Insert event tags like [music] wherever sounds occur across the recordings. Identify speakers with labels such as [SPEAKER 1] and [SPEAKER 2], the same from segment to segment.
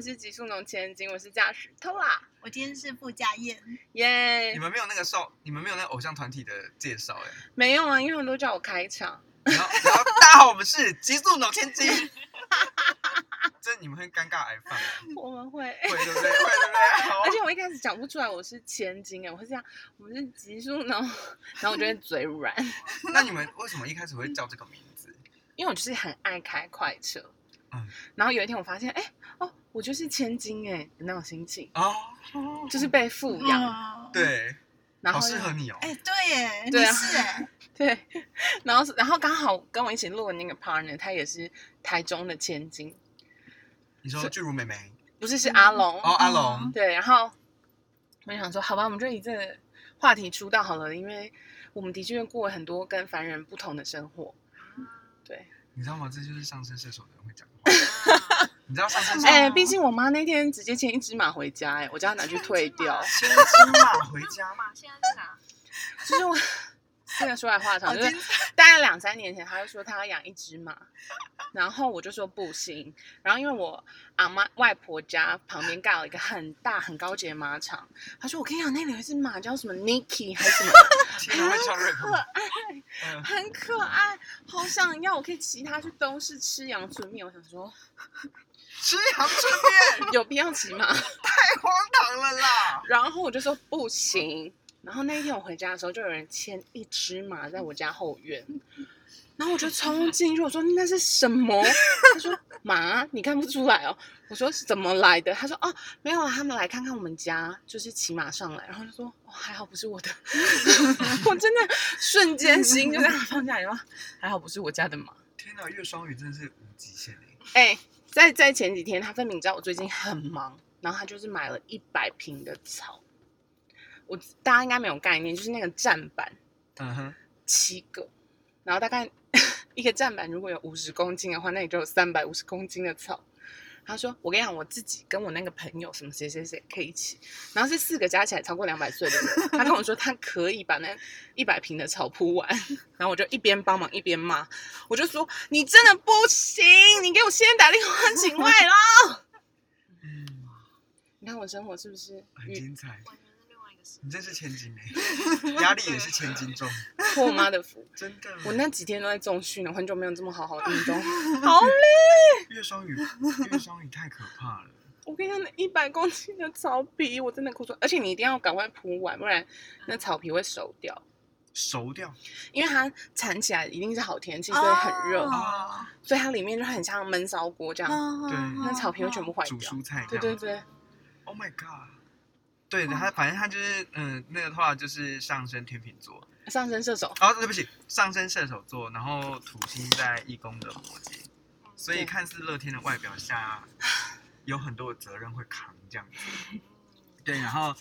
[SPEAKER 1] 是极速农千金，我是驾驶 Tola，
[SPEAKER 2] 我今天是傅家燕，
[SPEAKER 1] 耶、
[SPEAKER 3] 你们没有那个少，你们没有那个偶像团体的介绍哎、
[SPEAKER 1] 没有啊，因为他们都叫我开
[SPEAKER 3] [laughs]
[SPEAKER 1] 场，
[SPEAKER 3] 然后，然后大家好，我们是极速脑千金。这你们会尴尬癌犯吗？
[SPEAKER 1] 我们会，
[SPEAKER 3] 会对不对？会对不对？好
[SPEAKER 1] 而， [laughs] 且我一开始讲不出来我是千金哎，我会这样，我们是极速农， [laughs] 然后我就会嘴软，
[SPEAKER 3] 那你们为什么一开始会叫这个名字？
[SPEAKER 1] 因为我就是很爱开快车，
[SPEAKER 3] 嗯
[SPEAKER 1] 然后有一天我发现，哎、哦，我就是千金哎，有那种心情，
[SPEAKER 3] 哦，
[SPEAKER 1] 就是被富养，
[SPEAKER 2] 嗯，
[SPEAKER 3] 对，
[SPEAKER 1] 然后
[SPEAKER 3] 好适合你哦。
[SPEAKER 2] 哎、对耶，
[SPEAKER 1] 对啊
[SPEAKER 2] 你是哎，
[SPEAKER 1] [laughs] 对，然后是然后刚好跟我一起录的那个 partner，他也是台中的千金，
[SPEAKER 3] 你说巨乳妹妹
[SPEAKER 1] 不是是阿龙，
[SPEAKER 3] 哦，阿龙，
[SPEAKER 1] 对，然后我就想说，好吧，我们就以这个话题出道好了，因为我们的确过了很多跟凡人不同的生活。对，
[SPEAKER 3] 你知道吗？这就是上身射手的人会讲话。
[SPEAKER 2] [laughs] 啊
[SPEAKER 3] 你知道上身射手
[SPEAKER 1] 哎、
[SPEAKER 2] 哦
[SPEAKER 1] 毕竟我妈那天直接牵一只马回家、哎，我叫她拿去退
[SPEAKER 2] [laughs]
[SPEAKER 1] 掉，
[SPEAKER 3] 千金马回家吗？
[SPEAKER 4] 嘛，现在在哪？
[SPEAKER 1] 就是我。这个说来话长，
[SPEAKER 2] 好
[SPEAKER 1] 就
[SPEAKER 2] 精
[SPEAKER 1] 是大概两三年前，她就说她要养一只马，然后我就说不行。然后因为我阿妈外婆家旁边盖了一个很大很高级的马场，她说我跟你讲，那里有一只马叫什么 Niki 还是什么的，
[SPEAKER 3] 天哪，会唱 rap 吗？嗯
[SPEAKER 1] 很可爱，好想要，我可以骑它去东市吃阳春面。我想说，
[SPEAKER 3] 吃阳春面
[SPEAKER 1] 有必要骑吗？ [laughs]
[SPEAKER 3] 太荒唐了啦！
[SPEAKER 1] 然后我就说不行。然后那一天我回家的时候，就有人牵一只马在我家后院，然后我就冲进去，我说那是什么？他说马，啊你看不出来哦。我说是怎么来的？他说哦，没有啊，他们来看看我们家，就是骑马上来。然后就说哦，还好不是我的， [laughs] 我真的瞬间心就这样放下来了，还好不是我家的马。
[SPEAKER 3] 天哪，月双鱼真的是无极限哎！
[SPEAKER 1] 哎、在在前几天，他分明知道我最近很忙，然后他就是买了一百瓶的草。我大家应该没有概念，就是那个站板
[SPEAKER 3] 嗯哼，
[SPEAKER 1] 七个，然后大概一个站板如果有五十公斤的话，那里就有三百五十公斤的草。他说：“我跟你讲，我自己跟我那个朋友什么谁谁谁可以一起，然后这四个加起来超过两百岁的人，他跟我说他可以把那一百瓶的草铺完，然后我就一边帮忙一边骂，我就说你真的不行，你给我先打电话请外劳。
[SPEAKER 3] 嗯，
[SPEAKER 1] [laughs] 你看我生活是不是
[SPEAKER 3] 很
[SPEAKER 1] 与
[SPEAKER 3] 精彩。
[SPEAKER 4] 完全是另外一个世
[SPEAKER 3] 你
[SPEAKER 4] 界。
[SPEAKER 3] 真是千
[SPEAKER 4] [laughs]
[SPEAKER 3] 金哎，压力也是千斤重，
[SPEAKER 1] 破妈的福？
[SPEAKER 3] 真的。
[SPEAKER 1] 我那几天都在重训了，很久没有这么好好运动，好累。
[SPEAKER 3] 月双鱼，月双鱼太可怕了。
[SPEAKER 1] 我跟你讲，那一百公斤的草皮，我真的哭出来。而且你一定要赶快铺完，不然那草皮会熟掉，
[SPEAKER 3] 熟掉，
[SPEAKER 1] 因为它缠起来一定是好天气，所以很热，
[SPEAKER 2] 哦
[SPEAKER 1] 所以它里面就很像闷烧锅这样，
[SPEAKER 2] 哦
[SPEAKER 3] 对
[SPEAKER 2] 哦
[SPEAKER 1] 那草皮会全部坏
[SPEAKER 3] 煮
[SPEAKER 1] 掉。
[SPEAKER 3] 蔬菜这
[SPEAKER 1] 对
[SPEAKER 3] 样。
[SPEAKER 1] 对对，哦
[SPEAKER 3] Oh my god！对的，他反正他就是嗯，那个话就是上升天秤座，
[SPEAKER 1] 上升射手，
[SPEAKER 3] 然哦后对不起，上升射手座，然后土星在一宫的摩羯，
[SPEAKER 2] 哦
[SPEAKER 3] 所以
[SPEAKER 1] 对
[SPEAKER 3] 看似乐天的外表下，有很多的责任会扛这样子。
[SPEAKER 2] [laughs]
[SPEAKER 3] 对，然后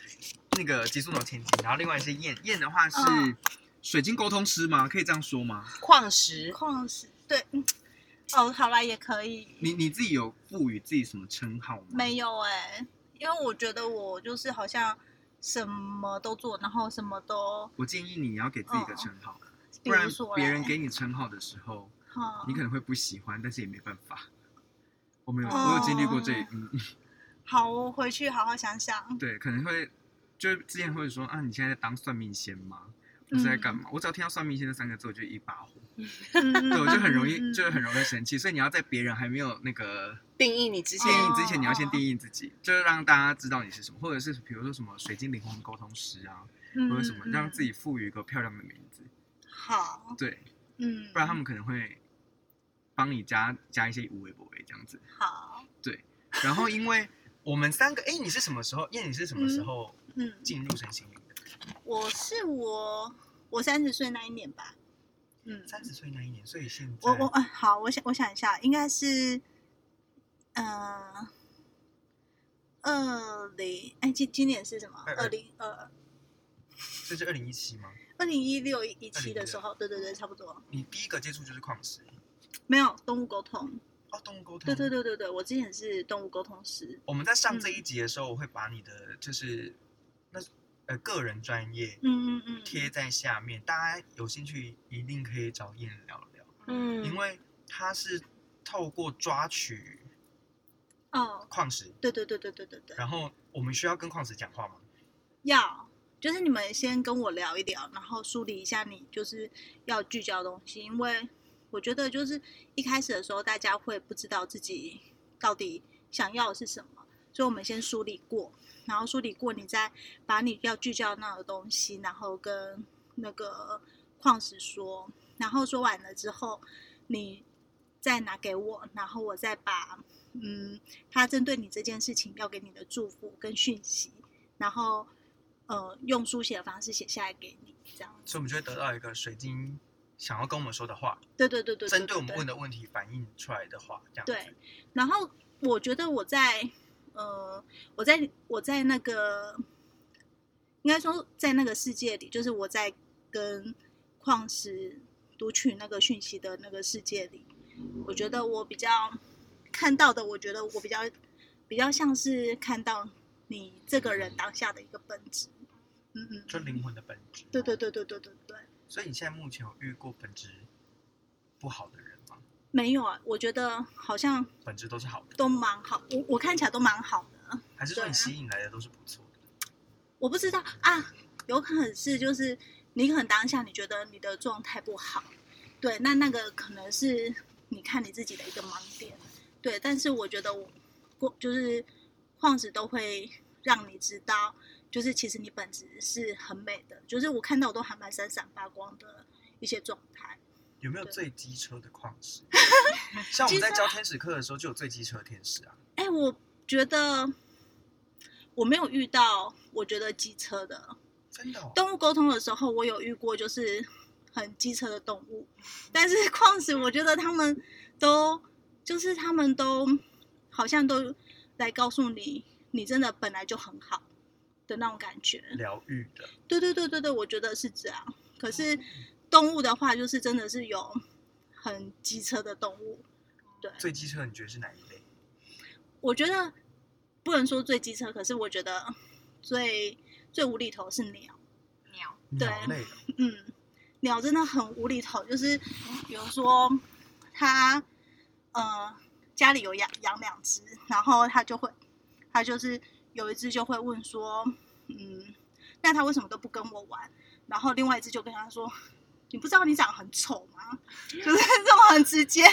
[SPEAKER 3] 那个极速脑千金，然后另外是燕燕的话是
[SPEAKER 2] 嗯
[SPEAKER 3] 水晶沟通师吗？可以这样说吗？
[SPEAKER 1] 矿石，
[SPEAKER 2] 矿石对，嗯哦，好啦，也可以，
[SPEAKER 3] 你你自己有赋予自己什么称号吗？
[SPEAKER 2] 没有哎、因为我觉得我就是好像什么都做，然后什么都，
[SPEAKER 3] 我建议你要给自己一个称号，
[SPEAKER 2] 嗯比
[SPEAKER 3] 不然
[SPEAKER 2] 如说
[SPEAKER 3] 别
[SPEAKER 2] 嘞
[SPEAKER 3] 人给你称号的时候，
[SPEAKER 2] 哈
[SPEAKER 3] 你可能会不喜欢，但是也没办法。我没有，
[SPEAKER 2] 哦
[SPEAKER 3] 我有经历过这，嗯，
[SPEAKER 2] 好，我回去好好想想。
[SPEAKER 3] 对，可能会就是之前会说啊，你现在在当算命仙吗？你是在
[SPEAKER 2] 嗯
[SPEAKER 3] 干嘛？我只要听到算命仙这三个字，我就一把火，对，
[SPEAKER 2] 对
[SPEAKER 3] 我就很
[SPEAKER 2] [laughs]
[SPEAKER 3] 容易，
[SPEAKER 2] 嗯
[SPEAKER 3] 就很容易生气。所以你要在别人还没有那个
[SPEAKER 1] 定义你之前
[SPEAKER 3] 建议之前，你要先
[SPEAKER 2] 哦
[SPEAKER 3] 定义自己，就是让大家知道你是什么，或者是比如说什么水晶灵魂沟通师啊，或者什
[SPEAKER 2] 嗯
[SPEAKER 3] 么，让自己赋予一个漂亮的名字，
[SPEAKER 2] 好，
[SPEAKER 3] 对，
[SPEAKER 2] 嗯，
[SPEAKER 3] 不然他们可能会帮你加加一些无微不微这样子。
[SPEAKER 2] 好，
[SPEAKER 3] 然后因为我们三个，哎，你是什么时候？燕，你是什么时候
[SPEAKER 2] 嗯，
[SPEAKER 3] 进入身心灵的？
[SPEAKER 2] 我是我，我三十岁那一年吧，嗯，
[SPEAKER 3] 三十岁那一年，所以现在
[SPEAKER 2] 我我嗯，好，我想我想一下，应该是，呃，二零哎，今今年是什么？
[SPEAKER 3] 二二
[SPEAKER 2] 二零二
[SPEAKER 3] 这是二零一七吗？
[SPEAKER 2] 二零一六一七的时候，对对对，差不多。
[SPEAKER 3] 你第一个接触就是矿石
[SPEAKER 2] 没有动物沟通，
[SPEAKER 3] 哦，动物沟通。
[SPEAKER 2] 对对。嗯对对对，我之前是动物沟通师，
[SPEAKER 3] 我们在上这一集的时候，我会把你的就是那呃个人专业
[SPEAKER 2] 嗯嗯嗯，
[SPEAKER 3] 贴在下面，大家有兴趣一定可以找燕聊聊，
[SPEAKER 1] 嗯
[SPEAKER 3] 因为他是透过抓取
[SPEAKER 2] 嗯，
[SPEAKER 3] 矿石，
[SPEAKER 2] 对对对对对对对，
[SPEAKER 3] 然后我们需要跟矿石讲话吗？
[SPEAKER 2] 要就是你们先跟我聊一聊，然后梳理一下你就是要聚焦的东西，因为我觉得就是一开始的时候大家会不知道自己到底想要的是什么，所以我们先梳理过，然后梳理过，你再把你要聚焦的那个东西，然后跟那个矿石说，然后说完了之后，你再拿给我，然后我再把嗯他针对你这件事情要给你的祝福跟讯息。然后呃用书写的方式写下来给你，这样。
[SPEAKER 3] 所以我们就会得到一个水晶想要跟我们说的话，
[SPEAKER 2] 对对对对，
[SPEAKER 3] 针对我们问
[SPEAKER 2] 的。
[SPEAKER 3] 的问题反映出来的话，这样子。
[SPEAKER 2] 对，然后我觉得我在呃我在我在那个应该说在那个世界里，就是我在跟矿石读取那个讯息的那个世界里，我觉得我比较看到的，我觉得我比较比较像是看到你这个人当下的一个本质。嗯嗯，
[SPEAKER 3] 就灵魂的本质。
[SPEAKER 2] 对对。对对对对对。
[SPEAKER 3] 所以你现在目前有遇过本质不好的人吗？
[SPEAKER 2] 没有啊，我觉得好像
[SPEAKER 3] 本质都是好的，
[SPEAKER 2] 都蛮好，我我看起来都蛮好的。
[SPEAKER 3] 还是说你
[SPEAKER 2] 对啊
[SPEAKER 3] 吸引来的都是不错的？
[SPEAKER 2] 我不知道啊，有可能是就是你可能当下你觉得你的状态不好，对，那那个可能是你看你自己的一个盲点，对。但是我觉得我过就是矿石都会让你知道，就是其实你本质是很美的，就是我看到我都还蛮闪闪发光的一些状态。
[SPEAKER 3] 有没有
[SPEAKER 2] 对
[SPEAKER 3] 最机车的矿
[SPEAKER 2] [laughs]
[SPEAKER 3] 石？像我们在教天使课的时候，就有最机车的天使啊。
[SPEAKER 2] 哎、我觉得我没有遇到我觉得机车的，
[SPEAKER 3] 真的、哦？
[SPEAKER 2] 动物沟通的时候，我有遇过就是很机车的动物，但是矿石我觉得他们都就是他们都好像都来告诉你，你真的本来就很好的那种感觉。
[SPEAKER 3] 疗愈的，
[SPEAKER 2] 对对对对对，我觉得是这样。可是动物的话，就是真的是有很机车的动物，对，
[SPEAKER 3] 最机车你觉得是哪一类？
[SPEAKER 2] 我觉得不能说最机车，可是我觉得最最无厘头是鸟。
[SPEAKER 4] 鸟，
[SPEAKER 2] 对
[SPEAKER 3] 鸟类哦的，
[SPEAKER 2] 嗯，鸟真的很无厘头，就是比如说他呃家里有养养两只，然后他就会他就是有一只就会问说，嗯，那他为什么都不跟我玩？然后另外一只就跟他说，你不知道你长得很丑吗？ [laughs] 就是这种很直接、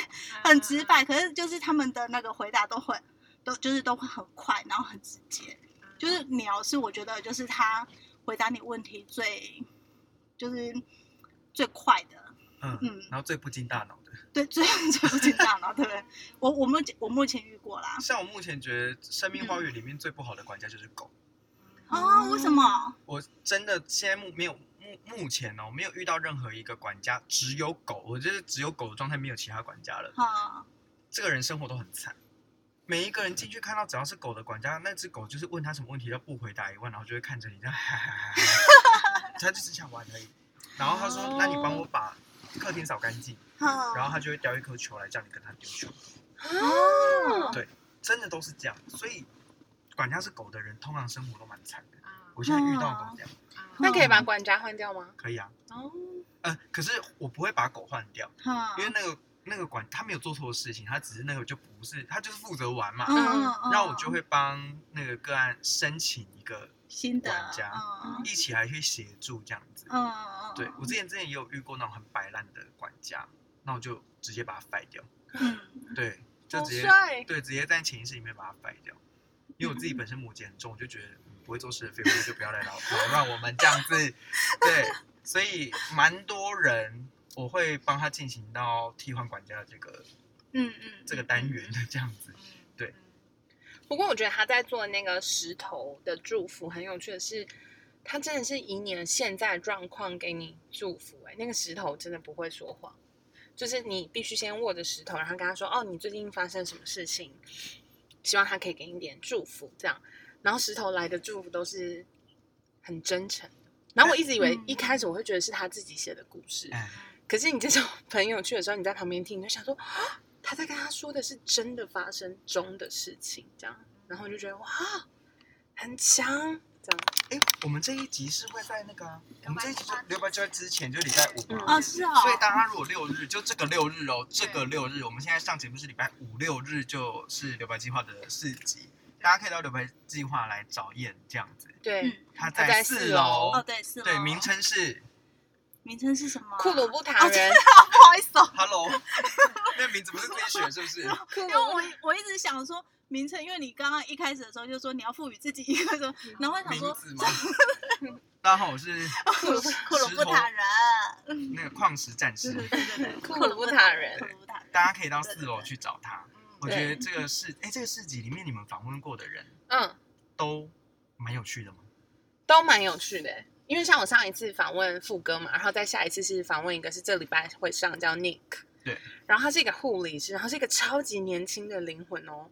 [SPEAKER 2] 很直白，可是就是他们的那个回答都会都就是都会很快，然后很直接。就是鸟是我觉得就是它回答你问题最就是最快的，
[SPEAKER 3] 嗯，
[SPEAKER 2] 嗯
[SPEAKER 3] 然后最不经大脑的。
[SPEAKER 2] 对，最 [laughs] 最不紧张了，对不对？我我目前我目前遇过啦。
[SPEAKER 3] 像我目前觉得《生命
[SPEAKER 2] 嗯
[SPEAKER 3] 花园》里面最不好的管家就是狗。
[SPEAKER 2] 哦，为什么？
[SPEAKER 3] 我真的现在目没有目目前哦，没有遇到任何一个管家，只有狗，我就是只有狗的状态，没有其他管家了。
[SPEAKER 2] 啊，
[SPEAKER 3] 这个人生活都很惨，每一个人进去看到只要是狗的管家，那只狗就是问他什么问题都不回答以外，然后就会看着你这样，哈哈哈哈他就只想玩而已。然后他说：“那你帮我把客厅扫干净。”
[SPEAKER 2] 好
[SPEAKER 3] 然后他就会叼一颗球来叫你跟他丢球，
[SPEAKER 1] 啊，
[SPEAKER 3] 真的都是这样。所以管家是狗的人，通常生活都蛮惨的。
[SPEAKER 4] 啊
[SPEAKER 3] 我现在遇到狗这样，
[SPEAKER 4] 啊
[SPEAKER 1] 那可以把管家换掉吗？
[SPEAKER 3] 可以啊，
[SPEAKER 1] 哦，
[SPEAKER 3] 呃，可是我不会把狗换掉，
[SPEAKER 2] 哈
[SPEAKER 3] 因为那个那个管他没有做错事情，他只是那个就不是，他就是负责玩嘛。
[SPEAKER 2] 嗯嗯嗯，
[SPEAKER 3] 那我就
[SPEAKER 1] 哦
[SPEAKER 3] 会帮那个个案申请一个
[SPEAKER 2] 新的
[SPEAKER 3] 管家
[SPEAKER 1] 哦
[SPEAKER 2] 嗯
[SPEAKER 3] 一起来去协助这样子。
[SPEAKER 2] 嗯嗯，
[SPEAKER 3] 对我之前之前也有遇过那种很摆烂的管家，那我就直接把他废掉。
[SPEAKER 2] 嗯
[SPEAKER 3] 对，就
[SPEAKER 1] 好
[SPEAKER 3] 直接
[SPEAKER 1] 帅，
[SPEAKER 3] 对直接在潜意识里面把它废掉。因为我自己本身母节很重，我就觉得、嗯不会做事的废物就不要来扰
[SPEAKER 1] [laughs]
[SPEAKER 3] 扰乱我们这样子。对，所以蛮多人我会帮他进行到替换管家的这个
[SPEAKER 2] 嗯嗯，
[SPEAKER 3] 这个单元的这样子。对，
[SPEAKER 1] 不过我觉得他在做那个石头的祝福很有趣的是，他真的是以你的现在状况给你祝福、哎，那个石头真的不会说谎，就是你必须先握着石头，然后跟他说：“哦，你最近发生什么事情？”希望他可以给你点祝福，这样。然后石头来的祝福都是很真诚的。然后我一直以为
[SPEAKER 2] 嗯
[SPEAKER 1] 一开始我会觉得是他自己写的故
[SPEAKER 3] [laughs]
[SPEAKER 1] 事，
[SPEAKER 3] 哎，
[SPEAKER 1] 可是你这种朋友去的时候，你在旁边听，你就想说， [gasps] 啊他在跟他说的是真的发生中的事情，这样，然后你就觉得哇，很强，这样，
[SPEAKER 3] 哎，我们这一集是会在那个啊，我们这一集就六八
[SPEAKER 4] 689
[SPEAKER 3] 九之前就礼拜五嘛。
[SPEAKER 2] 哦，是哦，
[SPEAKER 3] 所以大家如果六日就这个六日哦，这个六日我们现在上节目是礼拜五六日就是留白计划的四集，大家可以到留白计划来找燕这样子。
[SPEAKER 1] 对，
[SPEAKER 2] 嗯，
[SPEAKER 3] 他
[SPEAKER 1] 他在
[SPEAKER 3] 四
[SPEAKER 1] 四楼
[SPEAKER 2] 哦，对，是
[SPEAKER 3] 对，
[SPEAKER 2] 咯
[SPEAKER 3] 名称是
[SPEAKER 2] 名称是什么啊？
[SPEAKER 1] 库
[SPEAKER 2] [laughs]
[SPEAKER 1] 鲁布塔人，
[SPEAKER 2] 不好意思哦，
[SPEAKER 3] Hello，那名字不是自己选是不是？
[SPEAKER 1] 库
[SPEAKER 2] 因
[SPEAKER 1] 鲁
[SPEAKER 2] 为我我一直想说名称，因为你刚刚一开始的时候就说你要赋予自己一个什么，然后我想
[SPEAKER 3] 名
[SPEAKER 2] 说
[SPEAKER 3] 字吗？大家好，我是
[SPEAKER 1] 库鲁
[SPEAKER 2] [laughs] 库鲁布塔人，
[SPEAKER 3] 那个矿石战
[SPEAKER 2] 对对
[SPEAKER 3] 士，
[SPEAKER 2] 对对 [laughs] 对，
[SPEAKER 1] 库鲁布塔人
[SPEAKER 2] 库鲁布塔人，
[SPEAKER 3] 大家可以到四楼去找他。我
[SPEAKER 2] 嗯。
[SPEAKER 3] 觉得
[SPEAKER 1] 对
[SPEAKER 3] 这个市，哎，这个市集里面你们访问过的人
[SPEAKER 1] 嗯，
[SPEAKER 3] 都蛮有趣的嘛。
[SPEAKER 1] 都蛮有趣的欸。因为像我上一次访问副歌嘛，然后再下一次是访问一个是这礼拜会上叫 Nick，
[SPEAKER 3] 对，
[SPEAKER 1] 然后他是一个护理师，然后是一个超级年轻的灵魂哦。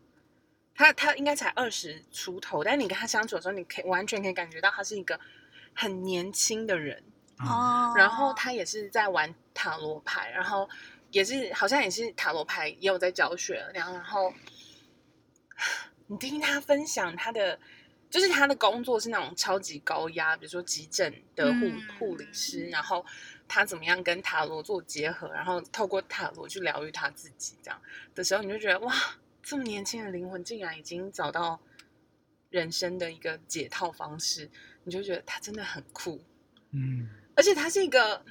[SPEAKER 1] 他他应该才二十出头，但你跟他相处的时候，你可以完全可以感觉到他是一个很年轻的人。
[SPEAKER 3] 嗯，
[SPEAKER 2] 哦，
[SPEAKER 1] 然后他也是在玩塔罗牌，然后也是好像也是塔罗牌也有在教学，然后然后你听他分享他的，就是他的工作是那种超级高压，比如说急诊的护
[SPEAKER 2] 嗯
[SPEAKER 1] 护理师，然后他怎么样跟塔罗做结合，然后透过塔罗去疗愈他自己，这样的时候你就觉得哇，这么年轻的灵魂竟然已经找到人生的一个解套方式，你就觉得他真的很酷。
[SPEAKER 3] 嗯，
[SPEAKER 1] 而且他是一个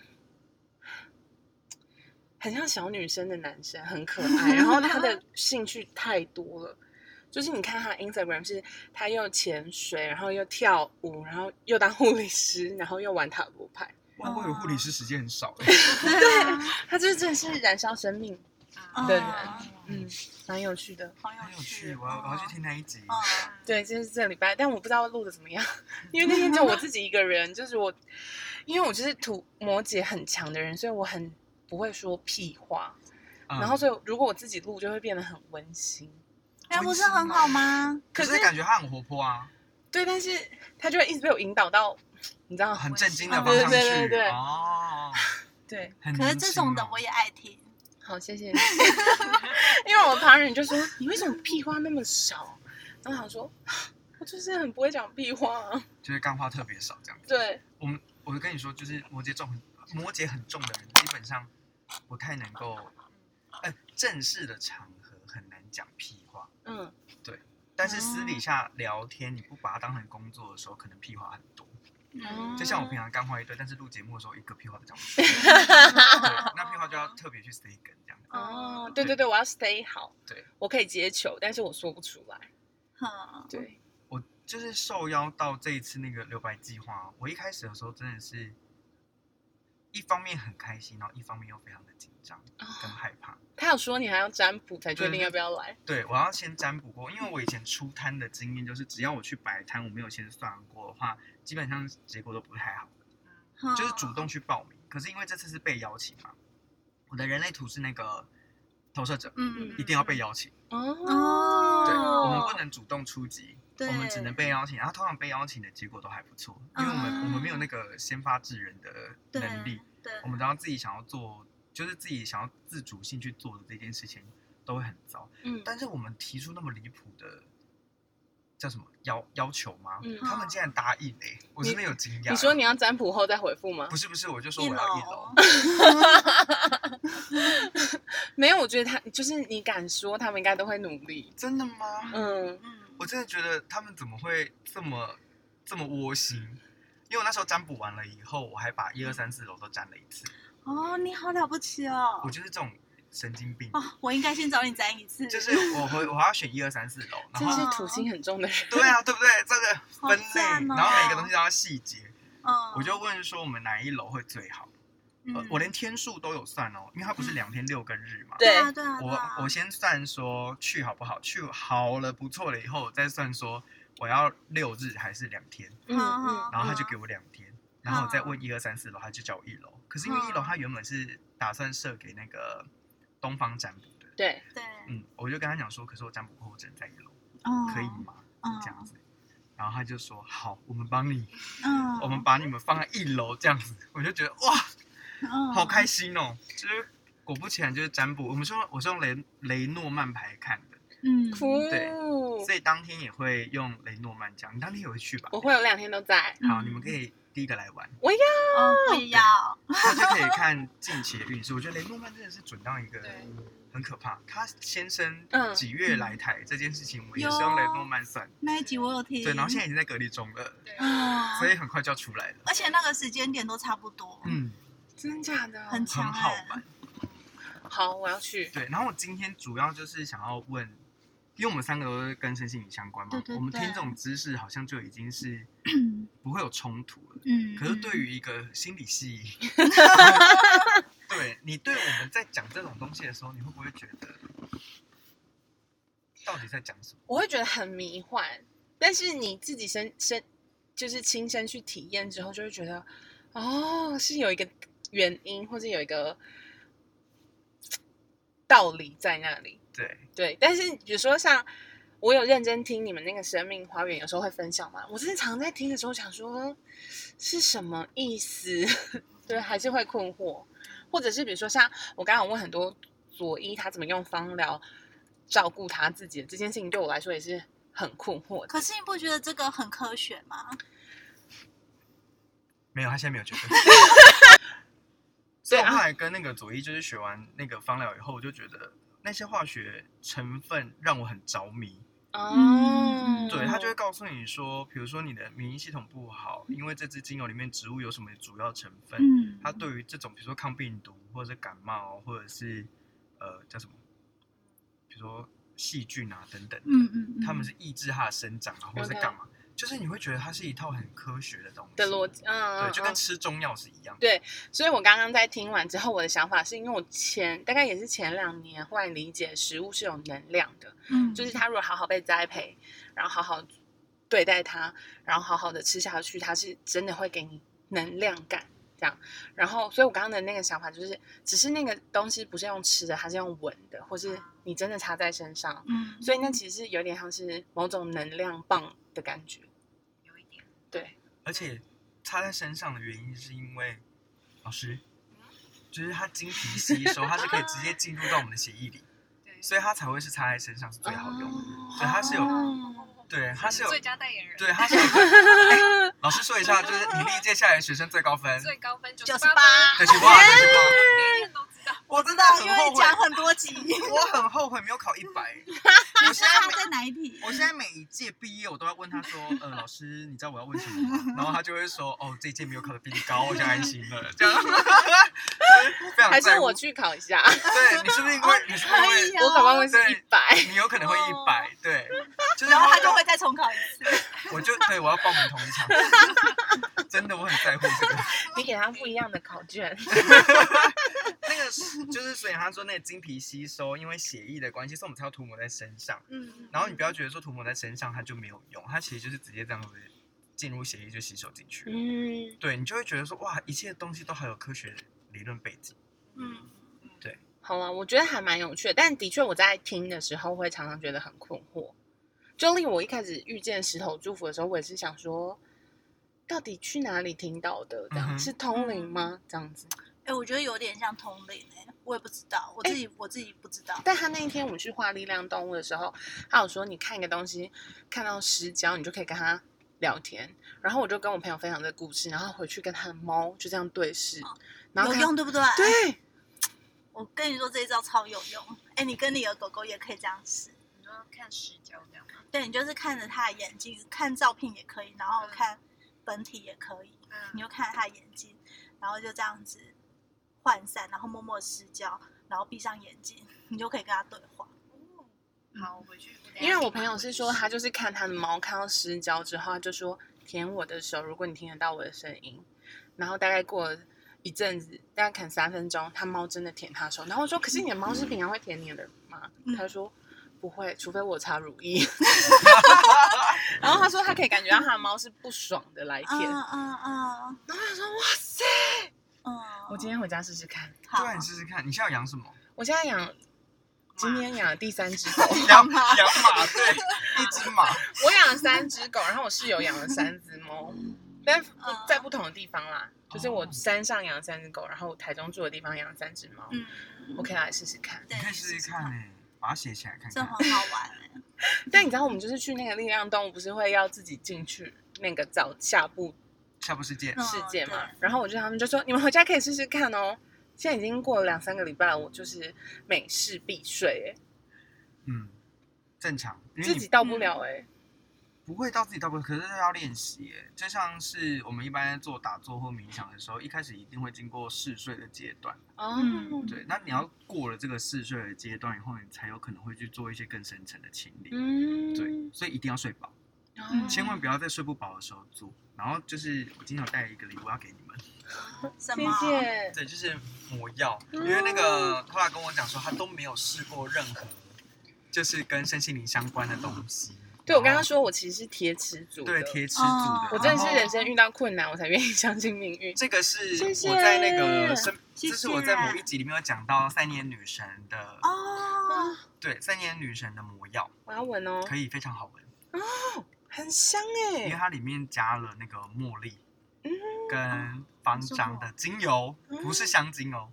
[SPEAKER 1] 很像小女生的男生，很可爱。然后他的兴趣太多了， [laughs] 就是你看他 Instagram 是他又潜水，然后又跳舞，然后又当护理师， [laughs] 然后又玩塔罗牌。
[SPEAKER 3] 哇，我以为护理师时间很少欸。
[SPEAKER 2] 对啊
[SPEAKER 1] 他就是真的是燃烧生命，
[SPEAKER 2] 嗯
[SPEAKER 1] 的人嗯，蛮有趣的。
[SPEAKER 2] 好
[SPEAKER 3] 很有
[SPEAKER 2] 有
[SPEAKER 3] 趣，我要我要去听那一集。 [laughs]
[SPEAKER 2] 哦。
[SPEAKER 1] 对，就是这礼拜，但我不知道录的怎么 [laughs] 样，因为那天就我自己一个人，就是我，因为我就是土摩羯很强的人，所以我很不会说屁话。
[SPEAKER 3] 嗯
[SPEAKER 1] 然后，所以如果我自己录，就会变得很温馨。
[SPEAKER 2] 哎，不是很好吗？
[SPEAKER 3] 可是感觉他很活泼啊，
[SPEAKER 1] 对，但是他就会一直被我引导到，你知道，
[SPEAKER 3] 很震惊的方向去。
[SPEAKER 1] 哦对对对对
[SPEAKER 3] 哦，
[SPEAKER 1] 对，
[SPEAKER 3] [laughs] 很
[SPEAKER 2] 可是这种的
[SPEAKER 3] 年轻哦
[SPEAKER 2] 我也爱听，
[SPEAKER 1] 好，谢谢你。 [laughs] 因为我旁人就说你为什么屁话那么少，然后我想说，我就是很不会讲屁话、啊。
[SPEAKER 3] 就是干话特别少这样子。
[SPEAKER 1] 对，
[SPEAKER 3] 我们我跟你说，就是摩羯重很摩羯很重的人，基本上不太能够，呃，正式的场合很难讲屁话，
[SPEAKER 1] 嗯，
[SPEAKER 3] 但是私底下聊天，你不把它当成工作的时候，可能屁话很多。
[SPEAKER 2] 嗯，
[SPEAKER 3] 就像我平常干话一堆，但是录节目的时候一个屁话都讲不出。对，那屁话就要特别去 stay 跟这样子。
[SPEAKER 1] 哦，对对对，我要 stay [laughs] 好，
[SPEAKER 3] 对
[SPEAKER 1] 我可以接球，但是我说不出来。
[SPEAKER 2] 嗯
[SPEAKER 1] 对，
[SPEAKER 3] 我就是受邀到这一次那个留白计划，哦我一开始的时候真的是，一方面很开心，然后一方面又非常的紧张跟害怕。
[SPEAKER 1] 他有说你还要占卜才决
[SPEAKER 3] 对
[SPEAKER 1] 定要不要来。
[SPEAKER 3] 对，我要先占卜过，因为我以前出摊的经验就是，只要我去摆摊，我没有先算过的话，基本上结果都不太好，就是
[SPEAKER 2] 嗯
[SPEAKER 3] 主动去报名。可是因为这次是被邀请嘛，我的人类图是那个投射者，
[SPEAKER 2] 嗯，嗯
[SPEAKER 3] 一定要被邀请。
[SPEAKER 1] 哦，
[SPEAKER 2] 哦，
[SPEAKER 3] 对，我们不能主动出击，
[SPEAKER 2] 对
[SPEAKER 3] 我们只能被邀请。然后通常被邀请的结果都还不错，因为我们、
[SPEAKER 2] 啊
[SPEAKER 3] 我们没有那个先发制人的
[SPEAKER 2] 对
[SPEAKER 3] 能力，，
[SPEAKER 2] 对，
[SPEAKER 3] 我们只要自己想要做，就是自己想要自主性去做的这件事情，都会很糟。
[SPEAKER 1] 嗯
[SPEAKER 3] 但是我们提出那么离谱的叫什么要要求吗？
[SPEAKER 1] 嗯
[SPEAKER 3] 他们竟然答应哎、我真的有惊讶。
[SPEAKER 1] 你说你要占卜后再回复吗
[SPEAKER 3] 不？是不是，我就说我要一楼，，
[SPEAKER 1] 没有，我觉得他就是你敢说，他们应该都会努力。
[SPEAKER 3] 真的吗？
[SPEAKER 1] 嗯，
[SPEAKER 2] 嗯，
[SPEAKER 3] 我真的觉得他们怎么会这么这么窝心？因为我那时候占卜完了以后，我还把一二三四楼都占了一次。
[SPEAKER 2] 哦，你好了不起哦
[SPEAKER 3] 我，就是这种神经病，
[SPEAKER 2] 哦，我应该先找你粘一次，
[SPEAKER 3] 就是我会我还要选一二三四楼，然
[SPEAKER 1] 真
[SPEAKER 3] 后
[SPEAKER 1] 是土星很重的人。
[SPEAKER 3] 对啊，对不对？这个分
[SPEAKER 2] 好
[SPEAKER 3] 类，
[SPEAKER 2] 赞哦
[SPEAKER 3] 然后每个东西都要细节。
[SPEAKER 2] 嗯，
[SPEAKER 3] 我就问说我们哪一楼会最好？
[SPEAKER 2] 嗯
[SPEAKER 3] 呃我连天数都有算哦，因为它不是两天六跟日嘛。
[SPEAKER 1] 对
[SPEAKER 2] 对啊对啊，对啊
[SPEAKER 3] 我我先算说去好不好？去好了不错了以后，我再算说我要六日还是两天。
[SPEAKER 1] 嗯
[SPEAKER 2] 好好
[SPEAKER 1] 嗯，
[SPEAKER 3] 然后他就
[SPEAKER 2] 嗯
[SPEAKER 3] 给我两天，然后我再
[SPEAKER 2] 嗯
[SPEAKER 3] 问一二三四楼，他就叫我一楼。可是因为一楼
[SPEAKER 2] 嗯
[SPEAKER 3] 他原本是打算设给那个东方占卜的，
[SPEAKER 1] 对，
[SPEAKER 2] 对，
[SPEAKER 3] 嗯，我就跟他讲说，可是我占卜过后只能在一楼，
[SPEAKER 2] 嗯
[SPEAKER 3] 可以吗？
[SPEAKER 2] 嗯
[SPEAKER 3] 这样子，然后他就说好，我们帮你，
[SPEAKER 2] 嗯，
[SPEAKER 3] 我们把你们放在一楼这样子，我就觉得哇，
[SPEAKER 2] 嗯
[SPEAKER 3] 好开心哦！就是果不其然就是占卜，我们说我是用雷雷诺曼牌看的，
[SPEAKER 2] 嗯，
[SPEAKER 1] 酷，
[SPEAKER 3] 对所以当天也会用雷诺曼奖。你当天也会去吧？
[SPEAKER 1] 我会有两天都在。
[SPEAKER 3] 好，
[SPEAKER 2] 嗯
[SPEAKER 3] 你们可以第一个来玩，
[SPEAKER 1] 我要
[SPEAKER 2] 哦，我也要，
[SPEAKER 3] 那就可以看近期的运势。我觉得雷诺曼真的是准到一个
[SPEAKER 1] 对
[SPEAKER 3] 很可怕。他先生
[SPEAKER 1] 嗯
[SPEAKER 3] 几月来台这件事情，我也是用雷诺曼算。
[SPEAKER 2] 那一集我有听。
[SPEAKER 3] 对，然后现在已经在隔离中了，
[SPEAKER 4] 对
[SPEAKER 2] 啊，
[SPEAKER 3] 所以很快就要出来了。
[SPEAKER 2] 而且那个时间点都差不多。
[SPEAKER 3] 嗯，
[SPEAKER 1] 真的假的？
[SPEAKER 2] 很
[SPEAKER 3] 很
[SPEAKER 2] 哦强
[SPEAKER 3] 好
[SPEAKER 2] 哎
[SPEAKER 3] 玩。
[SPEAKER 1] 好，我要去。
[SPEAKER 3] 对，然后我今天主要就是想要问，因为我们三个都是跟身心灵相关嘛，
[SPEAKER 2] 对对
[SPEAKER 3] 我们听
[SPEAKER 2] 对
[SPEAKER 3] 这种知识好像就已经是不会有冲突了。
[SPEAKER 2] 嗯，
[SPEAKER 3] 可是对
[SPEAKER 2] 于
[SPEAKER 3] 于一个心理系，对你对我们在讲这种东西的时候，你会不会觉得到底在讲什么？
[SPEAKER 1] 我会觉得很迷幻，但是你自己身身就是亲身去体验之后，就会觉得哦，是有一个原因或者有一个道理在那里。
[SPEAKER 3] 对，
[SPEAKER 1] 对，但是比如说像我有认真听你们那个生命花园，有时候会分享嘛，我真的常在听的时候想说是什么意思？ [laughs] 对，还是会困惑，或者是比如说像我刚刚有问很多佐伊他怎么用芳疗照顾他自己的这件事情，对我来说也是很困惑的。
[SPEAKER 2] 可是你不觉得这个很科学吗？
[SPEAKER 3] 没有，他现在没有觉得。所
[SPEAKER 1] 对
[SPEAKER 3] 以我
[SPEAKER 1] 啊
[SPEAKER 3] 后来跟那个佐伊就是学完那个芳疗以后，我就觉得那些化学成分让我很着迷。
[SPEAKER 1] 哦，
[SPEAKER 3] 对他就会告诉你说，比如说你的免疫系统不好，因为这支精油里面植物有什么主要成分，
[SPEAKER 2] 嗯
[SPEAKER 3] 它对于这种比如说抗病毒或者是感冒或者是呃叫什么，比如说细菌啊等等，
[SPEAKER 2] 嗯嗯，
[SPEAKER 3] 他们是抑制它的生长啊，或者是
[SPEAKER 1] OK
[SPEAKER 3] 干嘛，就是你会觉得它是一套很科学的东西
[SPEAKER 1] 的逻辑，嗯，
[SPEAKER 3] 对，就
[SPEAKER 1] 嗯
[SPEAKER 3] 跟吃中药是一样的。
[SPEAKER 1] 对所以我刚刚在听完之后，我的想法是因为我前大概也是前两年忽然理解食物是有能量的，
[SPEAKER 2] 嗯
[SPEAKER 1] 就是它如果好好被栽培，然后好好对待它，然后好好的吃下去，它是真的会给你能量感。这样，然后，所以我刚刚的那个想法就是，只是那个东西不是用吃的，它是用闻的，或是你真的擦在身上，
[SPEAKER 2] 嗯，
[SPEAKER 1] 所以那其实有点像是某种能量棒的感觉。
[SPEAKER 4] 有一点，
[SPEAKER 1] 对，
[SPEAKER 3] 而且擦在身上的原因是因为老师，就是它经皮吸收，它是可以直接进入到我们的血液里，
[SPEAKER 4] 对，
[SPEAKER 3] 所以它才会是擦在身上是最好用的。
[SPEAKER 1] 哦
[SPEAKER 3] 对它是有
[SPEAKER 1] 哦
[SPEAKER 3] 对，它是有
[SPEAKER 4] 最佳代言人，
[SPEAKER 3] 对，它
[SPEAKER 4] [laughs]
[SPEAKER 3] 是有哎老师说一下，就是你历届下来学生最高分，
[SPEAKER 4] 最高分
[SPEAKER 2] 九
[SPEAKER 4] 十
[SPEAKER 2] 十
[SPEAKER 4] 八
[SPEAKER 2] 八，
[SPEAKER 3] 对，请不好意思
[SPEAKER 4] 每一人都知道，
[SPEAKER 3] 我
[SPEAKER 2] 知
[SPEAKER 3] 真的
[SPEAKER 2] 道，
[SPEAKER 3] 很
[SPEAKER 2] 因
[SPEAKER 3] 后
[SPEAKER 2] 为
[SPEAKER 3] 悔，
[SPEAKER 2] 讲很多集。
[SPEAKER 3] 我很后悔没有考一百。
[SPEAKER 2] 你
[SPEAKER 3] 我
[SPEAKER 2] 知
[SPEAKER 3] 现
[SPEAKER 2] 道
[SPEAKER 3] 在
[SPEAKER 2] 他
[SPEAKER 3] 每
[SPEAKER 2] 在哪一题？
[SPEAKER 3] 我现在每一届毕业，我都要问他说，呃，老师，你知道我要问什么吗？然后他就会说，哦，这一届没有考的比你高，我就安心了，这样。非常
[SPEAKER 1] 还
[SPEAKER 3] 在
[SPEAKER 1] 是
[SPEAKER 3] 乎
[SPEAKER 1] 我去考一下，
[SPEAKER 3] 对你是不是因为你是不是因为
[SPEAKER 2] 哎呀
[SPEAKER 1] 我搞不好会是
[SPEAKER 3] 对
[SPEAKER 1] 一百。
[SPEAKER 3] 你有可能会一百、对，就是
[SPEAKER 2] 然后他
[SPEAKER 3] 他
[SPEAKER 2] 就会再重考一次。
[SPEAKER 3] 我就对我要报名同一场，真的我很在乎这个。
[SPEAKER 1] 你给他不一样的考 [laughs] 卷。
[SPEAKER 3] 那个是就是所以他说那个经皮吸收，因为血液的关系，所以我们才要涂抹在身上。
[SPEAKER 2] 嗯
[SPEAKER 3] 然后你不要觉得说涂抹在身上它就没有用，它其实就是直接这样子进入血液就吸收进去了。
[SPEAKER 1] 嗯，
[SPEAKER 3] 对你就会觉得说哇，一切东西都还有科学理论背景。
[SPEAKER 2] 嗯，
[SPEAKER 1] 好啊，我觉得还蛮有趣的，但的确我在听的时候会常常觉得很困惑。就令我一开始遇见石头祝福的时候，我也是想说，到底去哪里听到的？
[SPEAKER 3] 嗯
[SPEAKER 1] 这样、
[SPEAKER 3] 哼
[SPEAKER 1] 是通灵吗？这样子。
[SPEAKER 2] 哎，我觉得有点像通灵哎，我也不知道，我自己我自己不知道。
[SPEAKER 1] 但他那一天我们去画力量动物的时候，他有说你看一个东西，看到石胶，你就可以跟他聊天。然后我就跟我朋友分享这个故事，然后回去跟他的猫就这样对视，然后
[SPEAKER 2] 哦有
[SPEAKER 1] 他
[SPEAKER 2] 用对不对？
[SPEAKER 1] 对，
[SPEAKER 2] 我跟你说这一招超有用。哎，你跟你的狗狗也可以这样试。
[SPEAKER 4] 你说看十角这样吗？
[SPEAKER 2] 对你就是看着它的眼睛，看照片也可以，然后
[SPEAKER 4] 嗯
[SPEAKER 2] 看本体也可以，你
[SPEAKER 4] 嗯，
[SPEAKER 2] 就看它的眼睛，然后就这样子涣散，然后默默失焦，然后闭上眼睛，你就可以跟它对话。
[SPEAKER 4] 好，我回去，等一下
[SPEAKER 1] 因为我
[SPEAKER 4] 听
[SPEAKER 1] 朋友是 [laughs] 说，他就是看他的猫看到湿胶之后，他就说舔我的手，如果你听得到我的声音。然后大概过了一阵子，大概可能三分钟，他猫真的舔他手。然后我说：“可是你的猫是平常会舔你的吗？”
[SPEAKER 2] 嗯
[SPEAKER 1] 他说：“不会，除非我擦乳 [laughs] 液。”然后他说他可以感觉到他的猫是不爽的来舔。
[SPEAKER 2] 嗯嗯嗯
[SPEAKER 1] 然后他说：“哇塞！
[SPEAKER 2] 嗯，
[SPEAKER 1] 我今天回家试试看。
[SPEAKER 2] 好
[SPEAKER 3] 对，你试试看，你现在要养什么？
[SPEAKER 1] 我现在养，今天养了第三只 [laughs] 狗。”
[SPEAKER 3] 养养马，对，一只马。
[SPEAKER 1] 我养了三只狗，然后我室友养了三只猫，但不在不同的地方啦。就是
[SPEAKER 3] 哦
[SPEAKER 1] 我山上养了三只狗，然后我台中住的地方养了三只猫。
[SPEAKER 2] 嗯，
[SPEAKER 1] 我可以来试试看。
[SPEAKER 2] 对
[SPEAKER 3] 你可以试试看。哎、把它写起来看
[SPEAKER 2] 这
[SPEAKER 3] 看。
[SPEAKER 2] 很好玩哎、
[SPEAKER 1] 但你知道我们就是去那个力量洞，不是会要自己进去那个找下部
[SPEAKER 3] 下部世界，
[SPEAKER 2] 嗯
[SPEAKER 1] 世界嘛。
[SPEAKER 2] 对
[SPEAKER 1] 然后我就他们就说，你们回家可以试试看哦。现在已经过了两三个礼拜了，我就是每事必睡、
[SPEAKER 3] 嗯，正常，因为
[SPEAKER 1] 哎，自
[SPEAKER 3] 你
[SPEAKER 1] 己到不了、哎、
[SPEAKER 3] 不会到自己到不，可是要练习耶。就像是我们一般在做打坐或冥想的时候，一开始一定会经过嗜睡的阶段。
[SPEAKER 1] 哦，
[SPEAKER 2] 嗯
[SPEAKER 3] 对，那你要过了这个嗜睡的阶段以后，你才有可能会去做一些更深层的清理。
[SPEAKER 1] 嗯，
[SPEAKER 3] 对，所以一定要睡饱，
[SPEAKER 1] 哦，
[SPEAKER 3] 嗯千万不要在睡不饱的时候做。然后就是我今天有带一个礼物要给你们，
[SPEAKER 2] 什
[SPEAKER 1] 谢
[SPEAKER 2] 么？
[SPEAKER 1] 谢。
[SPEAKER 3] 对，就是魔药，
[SPEAKER 1] 嗯
[SPEAKER 3] 因为那个他爸跟我讲说，他都没有试过任何就是跟身心灵相关的东西。
[SPEAKER 1] 对我
[SPEAKER 3] 然
[SPEAKER 1] 刚
[SPEAKER 3] 后
[SPEAKER 1] 刚说，我其实是铁齿族的，
[SPEAKER 3] 对铁齿组的
[SPEAKER 2] 哦，
[SPEAKER 1] 我真的
[SPEAKER 3] 然
[SPEAKER 1] 是
[SPEAKER 3] 后
[SPEAKER 1] 人生遇到困难，我才愿意 [laughs] 相信命运。
[SPEAKER 3] 这个是
[SPEAKER 1] 谢谢
[SPEAKER 3] 我在那个生，
[SPEAKER 2] 谢谢
[SPEAKER 3] 这是我在某一集里面有讲到三年女神的，
[SPEAKER 2] 哦，
[SPEAKER 3] 对，三年女神的魔药
[SPEAKER 1] 我要闻哦，
[SPEAKER 3] 可以非常好闻，
[SPEAKER 1] 很香哎、
[SPEAKER 3] 因为它里面加了那个茉莉
[SPEAKER 1] 嗯
[SPEAKER 3] 跟方丈的精油，
[SPEAKER 1] 嗯
[SPEAKER 3] 不是香精哦。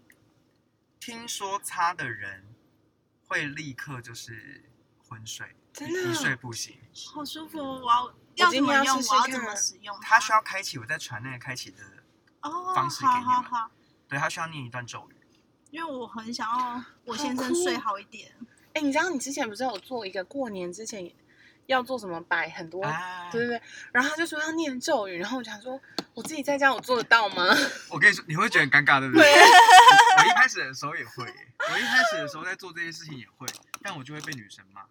[SPEAKER 3] 听说擦的人会立刻就是昏睡，
[SPEAKER 1] 真
[SPEAKER 3] 一睡
[SPEAKER 1] 的。哦
[SPEAKER 3] 不醒。
[SPEAKER 2] 好舒服！我要要怎
[SPEAKER 1] 今天
[SPEAKER 2] 么
[SPEAKER 1] 要
[SPEAKER 2] 用？
[SPEAKER 1] 试
[SPEAKER 2] 我要
[SPEAKER 1] 试
[SPEAKER 2] 怎么
[SPEAKER 1] 看
[SPEAKER 2] 使用？
[SPEAKER 3] 它需要开启，我在传那个开启的，
[SPEAKER 2] 哦，
[SPEAKER 3] 方式给
[SPEAKER 2] 好
[SPEAKER 3] 你
[SPEAKER 2] 好
[SPEAKER 3] 们
[SPEAKER 2] 好，
[SPEAKER 3] 对，它需要念一段咒语。
[SPEAKER 2] 因为我很想要我
[SPEAKER 1] 好
[SPEAKER 2] 先生
[SPEAKER 1] 酷
[SPEAKER 2] 睡好一点。
[SPEAKER 1] 哎、你知道你之前不是有做一个过年之前要做什么摆很多，
[SPEAKER 3] 啊，
[SPEAKER 1] 对对对，然后他就说要念咒语，然后我想说我自己在家我做得到吗？ [laughs]
[SPEAKER 3] 我跟你说，你会觉得很尴尬，对不对？
[SPEAKER 1] 对
[SPEAKER 3] 我我一开始的时候也会耶，我一开始的时候在做这些事情也会，但我就会被女神骂。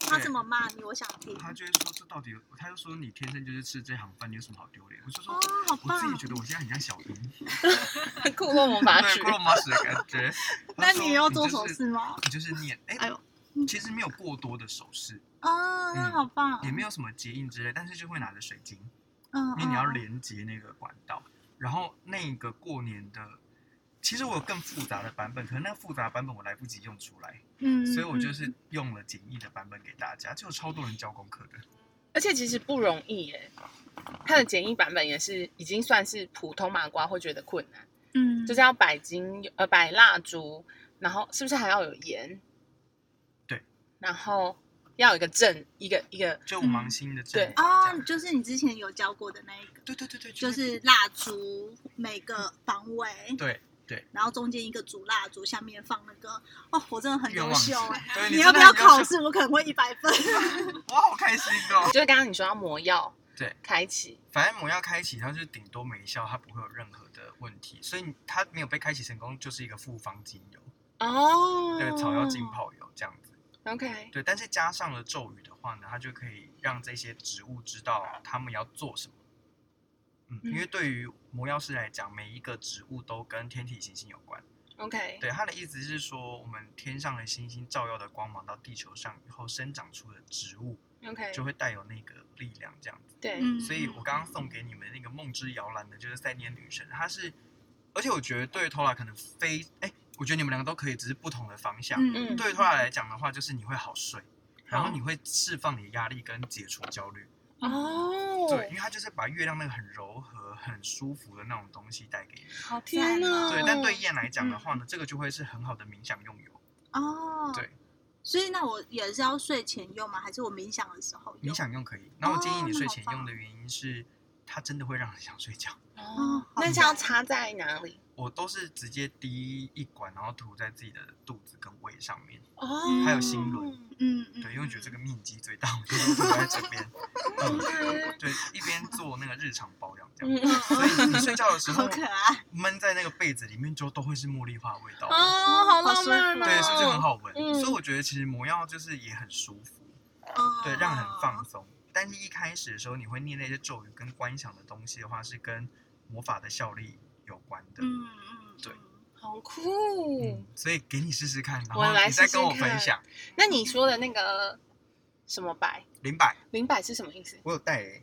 [SPEAKER 2] 他怎么骂你？我想听。
[SPEAKER 3] 她就会说这到底有，她就说你天生就是吃这行饭，你有什么好丢脸？我就说
[SPEAKER 2] 哦，好
[SPEAKER 3] 我自
[SPEAKER 2] 棒
[SPEAKER 3] 己！觉得我现在很像小兵，
[SPEAKER 1] 库洛魔
[SPEAKER 3] [laughs]
[SPEAKER 1] 法
[SPEAKER 3] 对，
[SPEAKER 1] 学
[SPEAKER 3] 骷，髅马屎的感觉。
[SPEAKER 2] [laughs] 那
[SPEAKER 3] 她说
[SPEAKER 2] 你要做
[SPEAKER 3] 就
[SPEAKER 2] 手
[SPEAKER 3] 是
[SPEAKER 2] 势吗？
[SPEAKER 3] 你就是念，哎、
[SPEAKER 2] 哎呦
[SPEAKER 3] 其实没有过多的手势，
[SPEAKER 2] 啊，那
[SPEAKER 3] 嗯
[SPEAKER 2] 好棒！
[SPEAKER 3] 也没有什么结印之类，但是就会拿着水晶，
[SPEAKER 2] 嗯，
[SPEAKER 3] 因为你要连接那个管道。然后那个过年的，其实我有更复杂的版本，可能那个复杂的版本我来不及用出来，
[SPEAKER 2] 嗯，嗯，
[SPEAKER 3] 所以我就
[SPEAKER 2] 嗯
[SPEAKER 3] 是用了简易的版本给大家，就有超多人交功课的。
[SPEAKER 1] 而且其实不容易耶、它的简易版本也是已经算是普通麻瓜会觉得困难，
[SPEAKER 2] 嗯，
[SPEAKER 1] 就是要摆精油呃摆蜡烛，然后是不是还要有盐？
[SPEAKER 3] 对，
[SPEAKER 1] 然后要有一个正一个一个
[SPEAKER 3] 就盲心的阵
[SPEAKER 1] 对
[SPEAKER 2] 哦，就是嗯你之前有教过的那一个，
[SPEAKER 3] 对对对对，
[SPEAKER 2] 就是蜡烛每个方位，
[SPEAKER 3] 对
[SPEAKER 2] 然后中间一个主蜡烛，下面放那个。哦，我真的很
[SPEAKER 3] 愿
[SPEAKER 2] 优
[SPEAKER 3] 望值
[SPEAKER 2] 秀 [laughs] 哎！。
[SPEAKER 3] 对，
[SPEAKER 2] 你
[SPEAKER 3] 真
[SPEAKER 2] 要
[SPEAKER 3] 的
[SPEAKER 2] 不要
[SPEAKER 3] 很优秀
[SPEAKER 2] 考？试？我可能会一百分。
[SPEAKER 3] 我好开心哦！
[SPEAKER 1] 就是刚刚你说要魔药，
[SPEAKER 3] [laughs] 对，
[SPEAKER 1] 开启，
[SPEAKER 3] 反正我要开启，它就是顶多没效，它不会有任何的问题，所以它没有被开启成功，就是一个复方精油，
[SPEAKER 1] 哦，
[SPEAKER 3] 对，草药
[SPEAKER 2] 嗯
[SPEAKER 3] 浸泡油这样子。
[SPEAKER 1] ，OK，
[SPEAKER 3] 对，但是加上了咒语的话呢，它就可以让这些植物知道它们要做什么。嗯，因为对于魔药师来讲，每一个植物都跟天体行星有关。
[SPEAKER 1] ，OK，
[SPEAKER 3] 对，他的意思是说，我们天上的星星照耀的光芒到地球上以后，生长出的植物
[SPEAKER 1] ，OK，
[SPEAKER 3] 就会带有那个力量，这样子。
[SPEAKER 1] 对，
[SPEAKER 2] 嗯
[SPEAKER 3] 所以我刚刚送给你们那个梦之摇篮的，就是三年女神，她是，而且我觉得对于偷拉可能非，哎，我觉得你们两个都可以，只是不同的方向。
[SPEAKER 1] 嗯
[SPEAKER 3] 对于偷拉来讲的话，就是你会好睡，然
[SPEAKER 2] 嗯
[SPEAKER 3] 后你会释放你的压力跟解除焦虑。
[SPEAKER 1] 哦，
[SPEAKER 3] 对，因为它就是把月亮那个很柔和、很舒服的那种东西带给你。
[SPEAKER 1] 好天
[SPEAKER 2] 哦
[SPEAKER 1] 呐，
[SPEAKER 3] 对，但对燕来讲的话
[SPEAKER 2] 嗯
[SPEAKER 3] 呢，这个就会是很好的冥想用油。
[SPEAKER 2] 哦，
[SPEAKER 3] 对。
[SPEAKER 2] 所以那我也是要睡前用吗？还是我冥想的时候用？
[SPEAKER 3] 冥想用可以。然后我建议
[SPEAKER 2] 哦
[SPEAKER 3] 你
[SPEAKER 2] 那
[SPEAKER 3] 睡
[SPEAKER 2] 好
[SPEAKER 3] 前
[SPEAKER 2] 棒
[SPEAKER 3] 用的原因是，它真的会让人想睡觉。
[SPEAKER 1] 哦
[SPEAKER 2] 哦，
[SPEAKER 1] 那
[SPEAKER 2] 好
[SPEAKER 1] 是要
[SPEAKER 2] 像
[SPEAKER 1] 插在哪里？
[SPEAKER 3] 我都是直接滴一管，然后涂在自己的肚子跟胃上面，
[SPEAKER 1] 哦，
[SPEAKER 3] 还有心轮。
[SPEAKER 2] 嗯，嗯，
[SPEAKER 3] 对，因为我觉得这
[SPEAKER 2] 嗯
[SPEAKER 3] 个面积最大，我就都涂在这
[SPEAKER 2] [laughs]
[SPEAKER 3] 边。嗯，
[SPEAKER 1] 嗯
[SPEAKER 3] 对，一边做那个日常保养这样。
[SPEAKER 1] 嗯
[SPEAKER 3] 所以你睡觉的时
[SPEAKER 2] 好
[SPEAKER 3] 候
[SPEAKER 2] 可爱，
[SPEAKER 3] 闷在那个被子里面，就都会是茉莉花的味道，
[SPEAKER 1] 哦，好浪漫哦，
[SPEAKER 3] 对，是不是很？好闻？
[SPEAKER 1] 嗯
[SPEAKER 3] 所以我觉得其实魔药就是也很舒服。
[SPEAKER 2] 嗯
[SPEAKER 1] 哦
[SPEAKER 3] 对，让人很放。松。但是一开始的时候，你会念那些咒语跟观想的东西的话，是跟魔法的效力有关的。
[SPEAKER 2] 嗯嗯，
[SPEAKER 3] 对
[SPEAKER 1] 好酷
[SPEAKER 3] 嗯。，所以给你试试看，然
[SPEAKER 1] 我
[SPEAKER 3] 后
[SPEAKER 1] 来
[SPEAKER 3] 你再
[SPEAKER 1] 试试
[SPEAKER 3] 跟我分
[SPEAKER 1] 看
[SPEAKER 3] 享。
[SPEAKER 1] 那你说的那个什么白
[SPEAKER 3] 灵摆，
[SPEAKER 1] 灵摆是什么意思？
[SPEAKER 3] 我有带欸。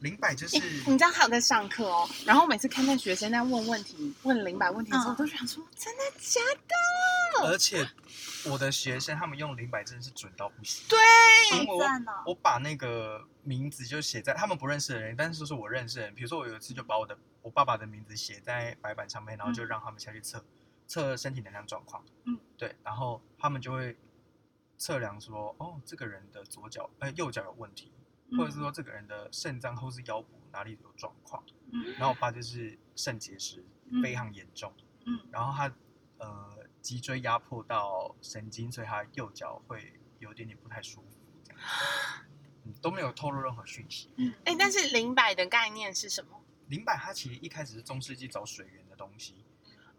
[SPEAKER 3] 灵摆就是
[SPEAKER 1] 诶，你知道他有在上课哦，然后每次看见学生在问问题、问灵摆问题的时
[SPEAKER 2] 嗯
[SPEAKER 1] 候，我都想说真的假的？
[SPEAKER 3] 而且我的学生他们用灵摆真的是准到不行。
[SPEAKER 2] 好
[SPEAKER 3] 因为我
[SPEAKER 2] 赞哦！
[SPEAKER 3] 我把那个名字就写在他们不认识的人，但是是我认识的人。比如说我有一次就把我的我爸爸的名字写在白板上面，然后就
[SPEAKER 2] 嗯
[SPEAKER 3] 让他们下去测测身体能量状况。
[SPEAKER 2] 嗯，
[SPEAKER 3] 对，然后他们就会测量说，哦，这个人的左脚呃右脚有问题，
[SPEAKER 2] 嗯
[SPEAKER 3] 或者是说这个人的肾脏或是腰部哪里有状况。
[SPEAKER 2] 嗯
[SPEAKER 3] 然后我爸就是肾结石
[SPEAKER 2] 嗯
[SPEAKER 3] 非常严重，
[SPEAKER 2] 嗯
[SPEAKER 3] 然后他呃脊椎压迫到神经，所以他右脚会有点点不太舒服，这样子嗯都没有透露任何讯息。
[SPEAKER 2] 嗯，
[SPEAKER 1] 哎、但是灵摆的概念是什么？
[SPEAKER 3] 林柏他其实一开始是中世纪找水源的东西，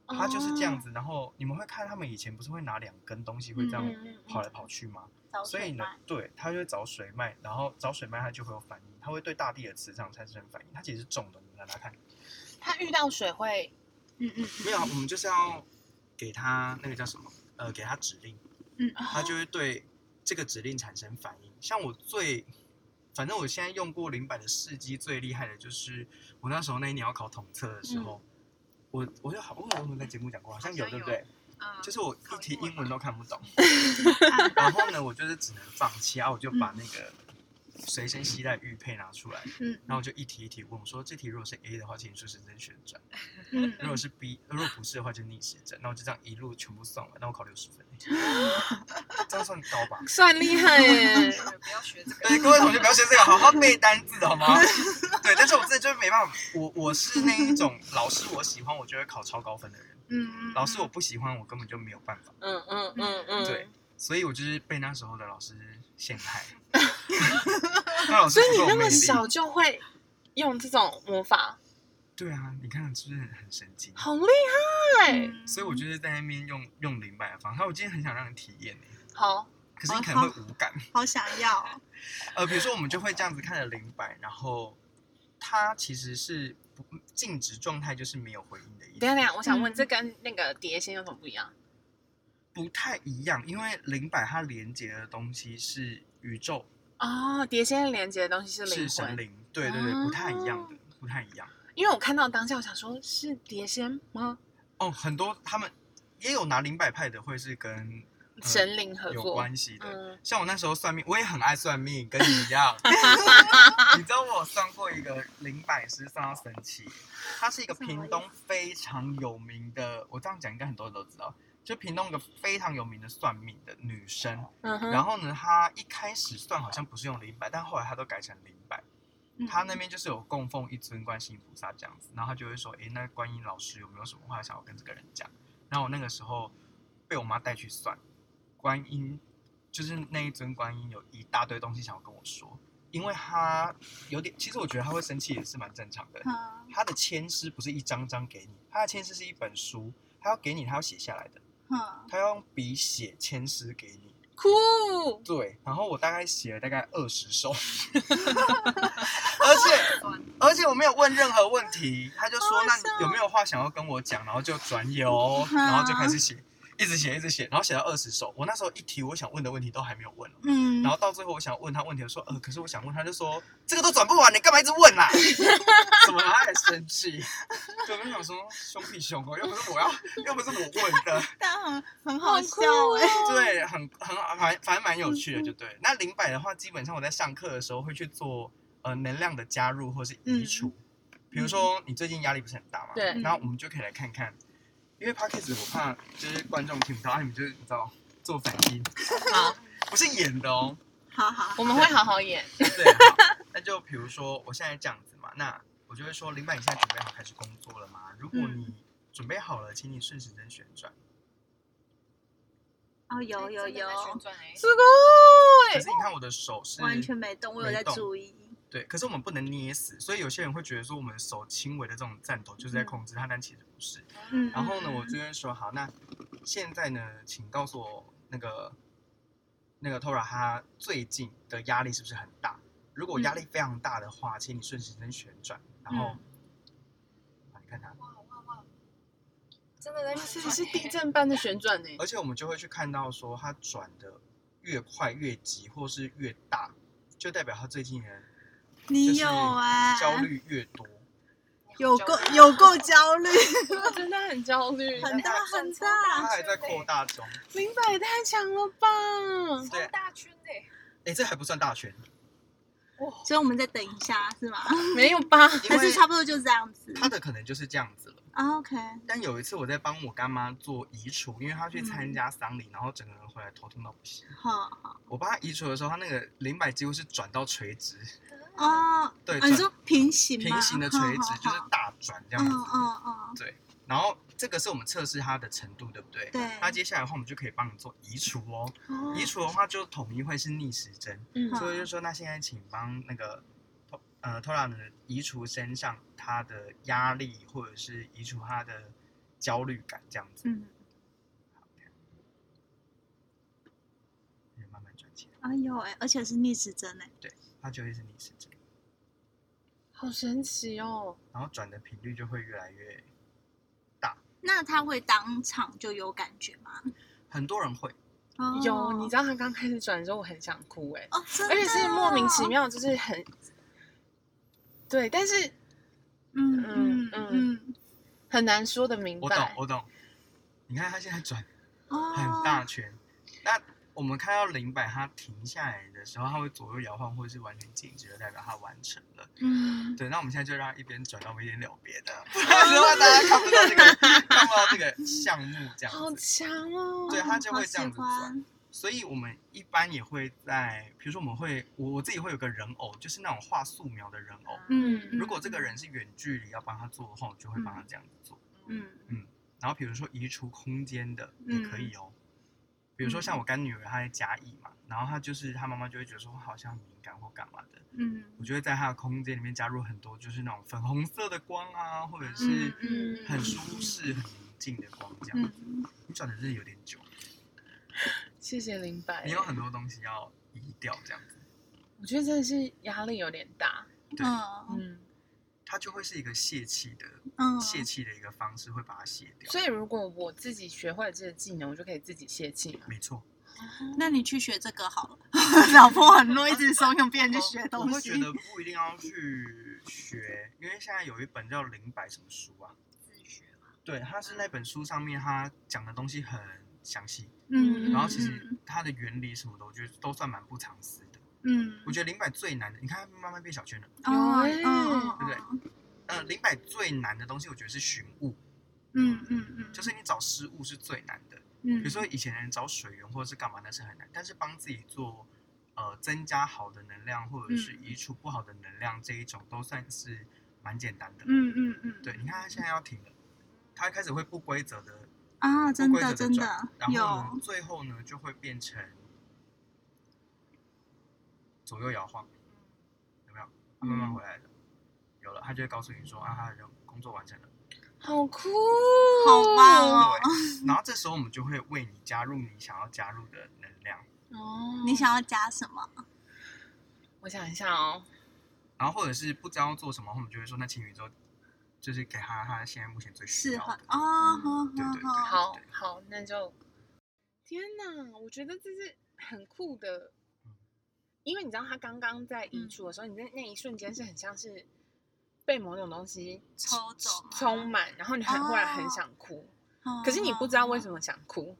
[SPEAKER 2] 哦
[SPEAKER 3] 他就是这样
[SPEAKER 1] 子。
[SPEAKER 3] 子。然后你们会看他们以前不是会拿两根东西会这样
[SPEAKER 1] 嗯嗯嗯
[SPEAKER 3] 跑来跑去吗？
[SPEAKER 2] 找
[SPEAKER 3] 所以
[SPEAKER 2] 水
[SPEAKER 3] 呢
[SPEAKER 2] 脉，
[SPEAKER 3] 对，他就会找水脉，然后找水脉它就会有反应，它会对大地的磁场产生反应。它其实是重的，你们拿来看，
[SPEAKER 1] 他遇到水会，
[SPEAKER 2] 嗯嗯
[SPEAKER 3] 没有啊，我们就是要给他那个叫什么？呃，给他指令，
[SPEAKER 2] 嗯
[SPEAKER 3] 他就会对这个指令产生反应。像我最，反正我现在用过零百的试机最厉害的就是我那时候那一年要考统测的时候，我我就好，我有没有在节目讲过？好像有，
[SPEAKER 4] 好
[SPEAKER 3] 对
[SPEAKER 4] 像
[SPEAKER 3] 不对？
[SPEAKER 4] 嗯，
[SPEAKER 3] 就是我
[SPEAKER 4] 考
[SPEAKER 3] 一题
[SPEAKER 4] 英文
[SPEAKER 3] 英文都看不懂，
[SPEAKER 2] 啊
[SPEAKER 3] 然后呢，我就是只能放弃啊，我就把那个随身携带玉佩拿出来，
[SPEAKER 2] 嗯
[SPEAKER 3] 然后我就一题一题问我说，这题如果是 A 的话，请你顺时针旋转。
[SPEAKER 2] 嗯
[SPEAKER 3] 如果是 B，如果不是的话就逆时针，那我就这样一路全部算完，那我考六十分，这样算高吧？哎
[SPEAKER 1] 算厉害 [laughs] 耶！
[SPEAKER 4] 不要学这个，
[SPEAKER 3] 对，各位同学不要学这个，好好背单字好吗？对，但是我真的就是没办法，我我是那一种老师我喜欢我就会考超高分的人，
[SPEAKER 2] 嗯，
[SPEAKER 3] 老师我不喜欢我根本就没有办法，
[SPEAKER 1] 嗯嗯嗯嗯，
[SPEAKER 3] 对。所以我就是被那时候的老师陷
[SPEAKER 1] [laughs]
[SPEAKER 3] 害。那老师
[SPEAKER 1] 所以
[SPEAKER 3] 不
[SPEAKER 1] 你
[SPEAKER 3] 够
[SPEAKER 1] 那
[SPEAKER 3] 魅
[SPEAKER 1] 么
[SPEAKER 3] 力
[SPEAKER 1] 小就会用这种魔法，
[SPEAKER 3] 对啊，你看是不是很神经？
[SPEAKER 1] 好厉害！
[SPEAKER 2] 嗯
[SPEAKER 3] 所以我就是在那边用用灵摆的方法，我今天很想让你体验呢、欸
[SPEAKER 1] 啊好，
[SPEAKER 3] 可是你可能会无感。
[SPEAKER 2] 好想要哦，
[SPEAKER 3] 呃，比如说我们就会这样子看着零摆，然后它其实是不静止状态，就是没有回应的意
[SPEAKER 1] 等一下等一
[SPEAKER 3] 思，
[SPEAKER 1] 下，我想问，
[SPEAKER 2] 嗯
[SPEAKER 1] 这跟那个碟仙有什么不一样？
[SPEAKER 3] 不太一样，因为零摆它连接的东西是宇宙，
[SPEAKER 1] 哦，碟仙连接的东西是灵
[SPEAKER 3] 是神
[SPEAKER 1] 魂，啊
[SPEAKER 3] 灵，对对对，不太一样的，不太一样。
[SPEAKER 1] 因为我看到当下，我想说，是碟仙吗？
[SPEAKER 3] 哦，很多他们也有拿零摆派的，会是跟、呃
[SPEAKER 1] 神灵合
[SPEAKER 3] 有
[SPEAKER 1] 作，
[SPEAKER 3] 关系的。
[SPEAKER 1] 嗯，
[SPEAKER 3] 像我那时候算命，我也很爱算命，跟你一样。 [laughs] 你知道我有算过一个灵摆师，算到神奇。他是一个屏东非常有名的，我这样讲应该很多人都知道，就屏东一个非常有名的算命的女生。
[SPEAKER 1] 嗯哼，
[SPEAKER 3] 然后呢，她一开始算好像不是用灵摆，但后来她都改成灵摆。她
[SPEAKER 2] 嗯
[SPEAKER 3] 那边就是有供奉一尊观世音菩萨这样子，然后她就会说：“诶，那观音老师有没有什么话想要跟这个人讲？”然后我那个时候被我妈带去算，观音就是那一尊观音有一大堆东西想要跟我说，因为她有点，其实我觉得她会生气也是蛮正常的。
[SPEAKER 2] 嗯
[SPEAKER 3] 她的签诗不是一张张给你，她的签诗是一本书，她要给你，她要写下来的，
[SPEAKER 2] 嗯
[SPEAKER 3] 她要用笔写签诗给你。
[SPEAKER 1] 酷，
[SPEAKER 3] 对，然后我大概写了大概二十首， [laughs] 而且
[SPEAKER 4] 算
[SPEAKER 3] 而且我没有问任何问题，他就说
[SPEAKER 1] 好好
[SPEAKER 3] 那
[SPEAKER 1] 笑
[SPEAKER 3] 你有没有话想要跟我讲，然后就转由，然后就开始写，一直写一直写，然后写到二十首，我那时候一题我想问的问题都还没有问哦
[SPEAKER 2] 嗯，
[SPEAKER 3] 然后到最后我想问他问题，我说呃，可是我想问，他就说这个都转不完，你干嘛一直问啦、 [laughs] 怎么了他也生气？对，我就想说凶屁凶哦，又不是我要，又不是我问的。
[SPEAKER 2] 但很很
[SPEAKER 1] 好
[SPEAKER 2] 好
[SPEAKER 1] 酷
[SPEAKER 2] 笑
[SPEAKER 1] 哦
[SPEAKER 2] 哎，
[SPEAKER 3] 对，很很反反正蛮有趣的，
[SPEAKER 2] 嗯
[SPEAKER 3] 就对。那零百的话，基本上我在上课的时候会去做呃能量的加入或是移除。
[SPEAKER 2] 嗯
[SPEAKER 3] 比如说你最近压力不是很大嘛，
[SPEAKER 1] 对
[SPEAKER 3] 那我们就可以来看看，因为 p o d c a s t 我怕就是观众听不到，啊，你们就是你知道做反应，
[SPEAKER 1] 好，
[SPEAKER 3] 不是演的
[SPEAKER 2] [laughs]
[SPEAKER 3] 哦。
[SPEAKER 2] 好好，
[SPEAKER 1] 我们会好好演，
[SPEAKER 3] 对，好那就比如说我现在这样子嘛，那我就会说零百，你现在准备好开始工作了吗？如果
[SPEAKER 2] 嗯
[SPEAKER 3] 你准备好了，请你顺时针旋转。
[SPEAKER 2] 哦有有有，
[SPEAKER 1] 是酷
[SPEAKER 3] 可是你看我的手是
[SPEAKER 2] 完全没动，我有
[SPEAKER 3] 没
[SPEAKER 2] 在
[SPEAKER 3] 动
[SPEAKER 2] 注意，
[SPEAKER 3] 对，可是我们不能捏死，所以有些人会觉得说我们手轻微的这种颤抖就是在控制它，但其实不是。
[SPEAKER 2] 嗯，
[SPEAKER 3] 然后呢，我
[SPEAKER 2] 嗯
[SPEAKER 3] 就会说好，那现在呢，请告诉我那个那个 Tora 他最近的压力是不是很大？如果压力
[SPEAKER 2] 嗯
[SPEAKER 3] 非常大的话，请你顺时针旋转，然后、啊你看他，
[SPEAKER 4] 哇哇哇，真的在
[SPEAKER 1] 哎，是
[SPEAKER 4] 旋转
[SPEAKER 1] 是
[SPEAKER 4] 欸
[SPEAKER 1] 地震般的旋转欸呢，
[SPEAKER 3] 而且我们就会去看到说他转的越快越急，或是越大，就代表他最近的就
[SPEAKER 2] 你
[SPEAKER 3] 是
[SPEAKER 2] 有哎，
[SPEAKER 3] 焦虑越多。
[SPEAKER 2] 有够有够焦
[SPEAKER 3] [laughs]
[SPEAKER 2] 虑，
[SPEAKER 1] [laughs] 真的很焦虑，
[SPEAKER 2] 很大很大，
[SPEAKER 3] 他还在扩大中，
[SPEAKER 1] 明白也太强了吧！
[SPEAKER 3] 对
[SPEAKER 4] 超大圈的欸，
[SPEAKER 3] 哎，这还不算大圈，
[SPEAKER 2] 所以我们再等一下是吗？
[SPEAKER 1] 没有吧？
[SPEAKER 3] 因
[SPEAKER 2] [laughs] 还
[SPEAKER 3] 为
[SPEAKER 2] 是差不多就这样子，
[SPEAKER 3] 他的可能就是这样子了。
[SPEAKER 2] 啊，OK，
[SPEAKER 3] 但有一次我在帮我干妈做移除，因为她去参
[SPEAKER 2] 嗯
[SPEAKER 3] 加丧礼，然后整个人回来头痛到不行。
[SPEAKER 2] 好，好
[SPEAKER 3] 我帮她移除的时候，她那个灵摆几乎是转到垂直，
[SPEAKER 2] 哦，
[SPEAKER 3] 对，
[SPEAKER 2] 啊你
[SPEAKER 3] 转
[SPEAKER 2] 说平行吗
[SPEAKER 3] 平行的垂直
[SPEAKER 2] 好
[SPEAKER 3] 就是
[SPEAKER 2] 好好
[SPEAKER 3] 大转这样子。
[SPEAKER 2] 嗯嗯嗯，
[SPEAKER 3] 然后这个是我们测试它的程度，对不对？
[SPEAKER 2] 对
[SPEAKER 3] 那接下来的话，我们就可以帮你做移除哦。
[SPEAKER 2] 哦
[SPEAKER 3] 移除的话，就统一会是逆时针，
[SPEAKER 1] 嗯
[SPEAKER 2] 好
[SPEAKER 3] 所以就说那现在请帮那个托呃托拉的移除身上他的压力，或者是移除他的焦虑感这样子，
[SPEAKER 2] 嗯，
[SPEAKER 3] 嗯、慢慢转起来，
[SPEAKER 2] 哎呦哎，而且是逆时针哎，
[SPEAKER 3] 它就会是逆时针，
[SPEAKER 1] 好神奇哦！
[SPEAKER 3] 然后转的频率就会越来越。
[SPEAKER 2] 那他会当场就有感觉吗？
[SPEAKER 3] 很多人会，
[SPEAKER 2] 哦
[SPEAKER 1] 有，你知道他刚开始转的时候，我很想哭哎、
[SPEAKER 2] 哦，真的
[SPEAKER 1] 而且是莫名其
[SPEAKER 2] 哦，
[SPEAKER 1] 妙，就是很对，但是
[SPEAKER 2] 嗯嗯
[SPEAKER 1] 嗯
[SPEAKER 2] 嗯，
[SPEAKER 1] 很难说的明
[SPEAKER 3] 我懂
[SPEAKER 1] 白，。
[SPEAKER 3] 我懂。你看它现在转
[SPEAKER 2] 哦，
[SPEAKER 3] 很大圈，那我们看到零摆它停下来的时候，它会左右摇晃或者是完全静止，就代表它完成了。
[SPEAKER 2] 嗯，
[SPEAKER 3] 对，那我们现在就让它一边转，到我们一边聊
[SPEAKER 2] [laughs]
[SPEAKER 3] 别的， [laughs] 不然的话大家看不到这个看不到这个项目这
[SPEAKER 1] 好
[SPEAKER 3] 样子。
[SPEAKER 1] 强哦！
[SPEAKER 3] 对啊它就
[SPEAKER 2] 好
[SPEAKER 3] 会
[SPEAKER 2] 喜
[SPEAKER 3] 这样子
[SPEAKER 2] 欢
[SPEAKER 3] 转，所以我们一般也会在，比如说我们会，我我自己会有个人偶，就是那种画素描的人偶。
[SPEAKER 2] 嗯
[SPEAKER 3] 如果这个人是远距离要帮他做的话，我就会帮他这样子做。
[SPEAKER 2] 嗯
[SPEAKER 3] 然后比如说移除空间的也可以哦。比
[SPEAKER 2] 嗯
[SPEAKER 3] 如说像我干女儿，她在甲乙嘛，然后她就是她妈妈就会觉得说哇好像很敏感或干嘛的，
[SPEAKER 2] 嗯
[SPEAKER 3] 我就会在她的空间里面加入很多就是那种粉红色的光啊，或者是
[SPEAKER 2] 嗯
[SPEAKER 3] 很舒适、很宁静的光这样。
[SPEAKER 2] 嗯，
[SPEAKER 3] 你转的真的有点久，
[SPEAKER 1] 谢谢林白
[SPEAKER 3] 你，有很多东西要移掉这样子，
[SPEAKER 1] 我觉得真的是压力有点大。
[SPEAKER 3] 对哦
[SPEAKER 2] 嗯
[SPEAKER 1] 嗯，
[SPEAKER 3] 它就会是一个泄气的
[SPEAKER 2] 嗯，
[SPEAKER 3] 泄气的一个方式，会把它泄掉。
[SPEAKER 1] 所以如果我自己学会了这个技能，我就可以自己泄气嘛。
[SPEAKER 3] 没错，
[SPEAKER 2] 嗯那你去学这个好了， [laughs] 老婆很弱，一直怂恿别人去学
[SPEAKER 3] 我
[SPEAKER 2] 东
[SPEAKER 3] 会
[SPEAKER 2] 西。
[SPEAKER 3] 觉得不一定要去学，因为现在有一本叫《零百》什么书啊，
[SPEAKER 4] 自学嘛，
[SPEAKER 3] 对，它是那本书上面他讲的东西很详细，
[SPEAKER 2] 嗯，
[SPEAKER 3] 然后其实它的原理什么的，我觉得都算蛮不常识的。
[SPEAKER 2] 嗯，
[SPEAKER 3] 我觉得零百最难的，你看它慢慢变小圈了。
[SPEAKER 2] 哦，
[SPEAKER 1] 欸
[SPEAKER 2] 嗯
[SPEAKER 3] 呃，零百最难的东西，我觉得是寻物，
[SPEAKER 2] 嗯嗯嗯，
[SPEAKER 3] 就是你找失物是最难的。
[SPEAKER 2] 比
[SPEAKER 3] 比如说以前人找水源或者是干嘛，那是很难，但是帮自己做呃增加好的能量，或者是
[SPEAKER 2] 嗯
[SPEAKER 3] 移除不好的能量这一种，都算是蛮简单的。
[SPEAKER 2] 嗯嗯嗯，
[SPEAKER 3] 对，你看它现在要停了，它开始会不规则的
[SPEAKER 2] 啊，真
[SPEAKER 3] 不规
[SPEAKER 2] 的
[SPEAKER 3] 则
[SPEAKER 2] 真
[SPEAKER 3] 地
[SPEAKER 2] 的
[SPEAKER 3] 转然后呢
[SPEAKER 2] 有，，
[SPEAKER 3] 最后呢就会变成左右摇晃，有没有？它慢慢
[SPEAKER 2] 嗯
[SPEAKER 3] 回来了，有了，它就会告诉你说啊，他人工作完成了。
[SPEAKER 1] 好酷，
[SPEAKER 2] 好棒哦
[SPEAKER 3] 对，然后这时候我们就会为你加入你想要加入的能量，
[SPEAKER 1] 哦！
[SPEAKER 2] 嗯你，想要加什么？
[SPEAKER 1] 我想一下哦。
[SPEAKER 3] 然后或者是不知道做什么，我们就会说那请宇宙就是给他他现在目前最需
[SPEAKER 2] 适
[SPEAKER 3] 要
[SPEAKER 2] 合
[SPEAKER 3] 的。
[SPEAKER 2] 哦，好好，
[SPEAKER 3] 嗯
[SPEAKER 1] 好
[SPEAKER 3] 对
[SPEAKER 1] 好，那就天哪！我觉得这是很酷的
[SPEAKER 3] 嗯，
[SPEAKER 1] 因为你知道他刚刚在移
[SPEAKER 2] 嗯
[SPEAKER 1] 除的时候，你那那一瞬间是很像是被某种东西
[SPEAKER 2] 抽走吗嗯
[SPEAKER 1] 充满，然后你很忽然很
[SPEAKER 2] 哦
[SPEAKER 1] 想哭，可是你不知道为什么想哭，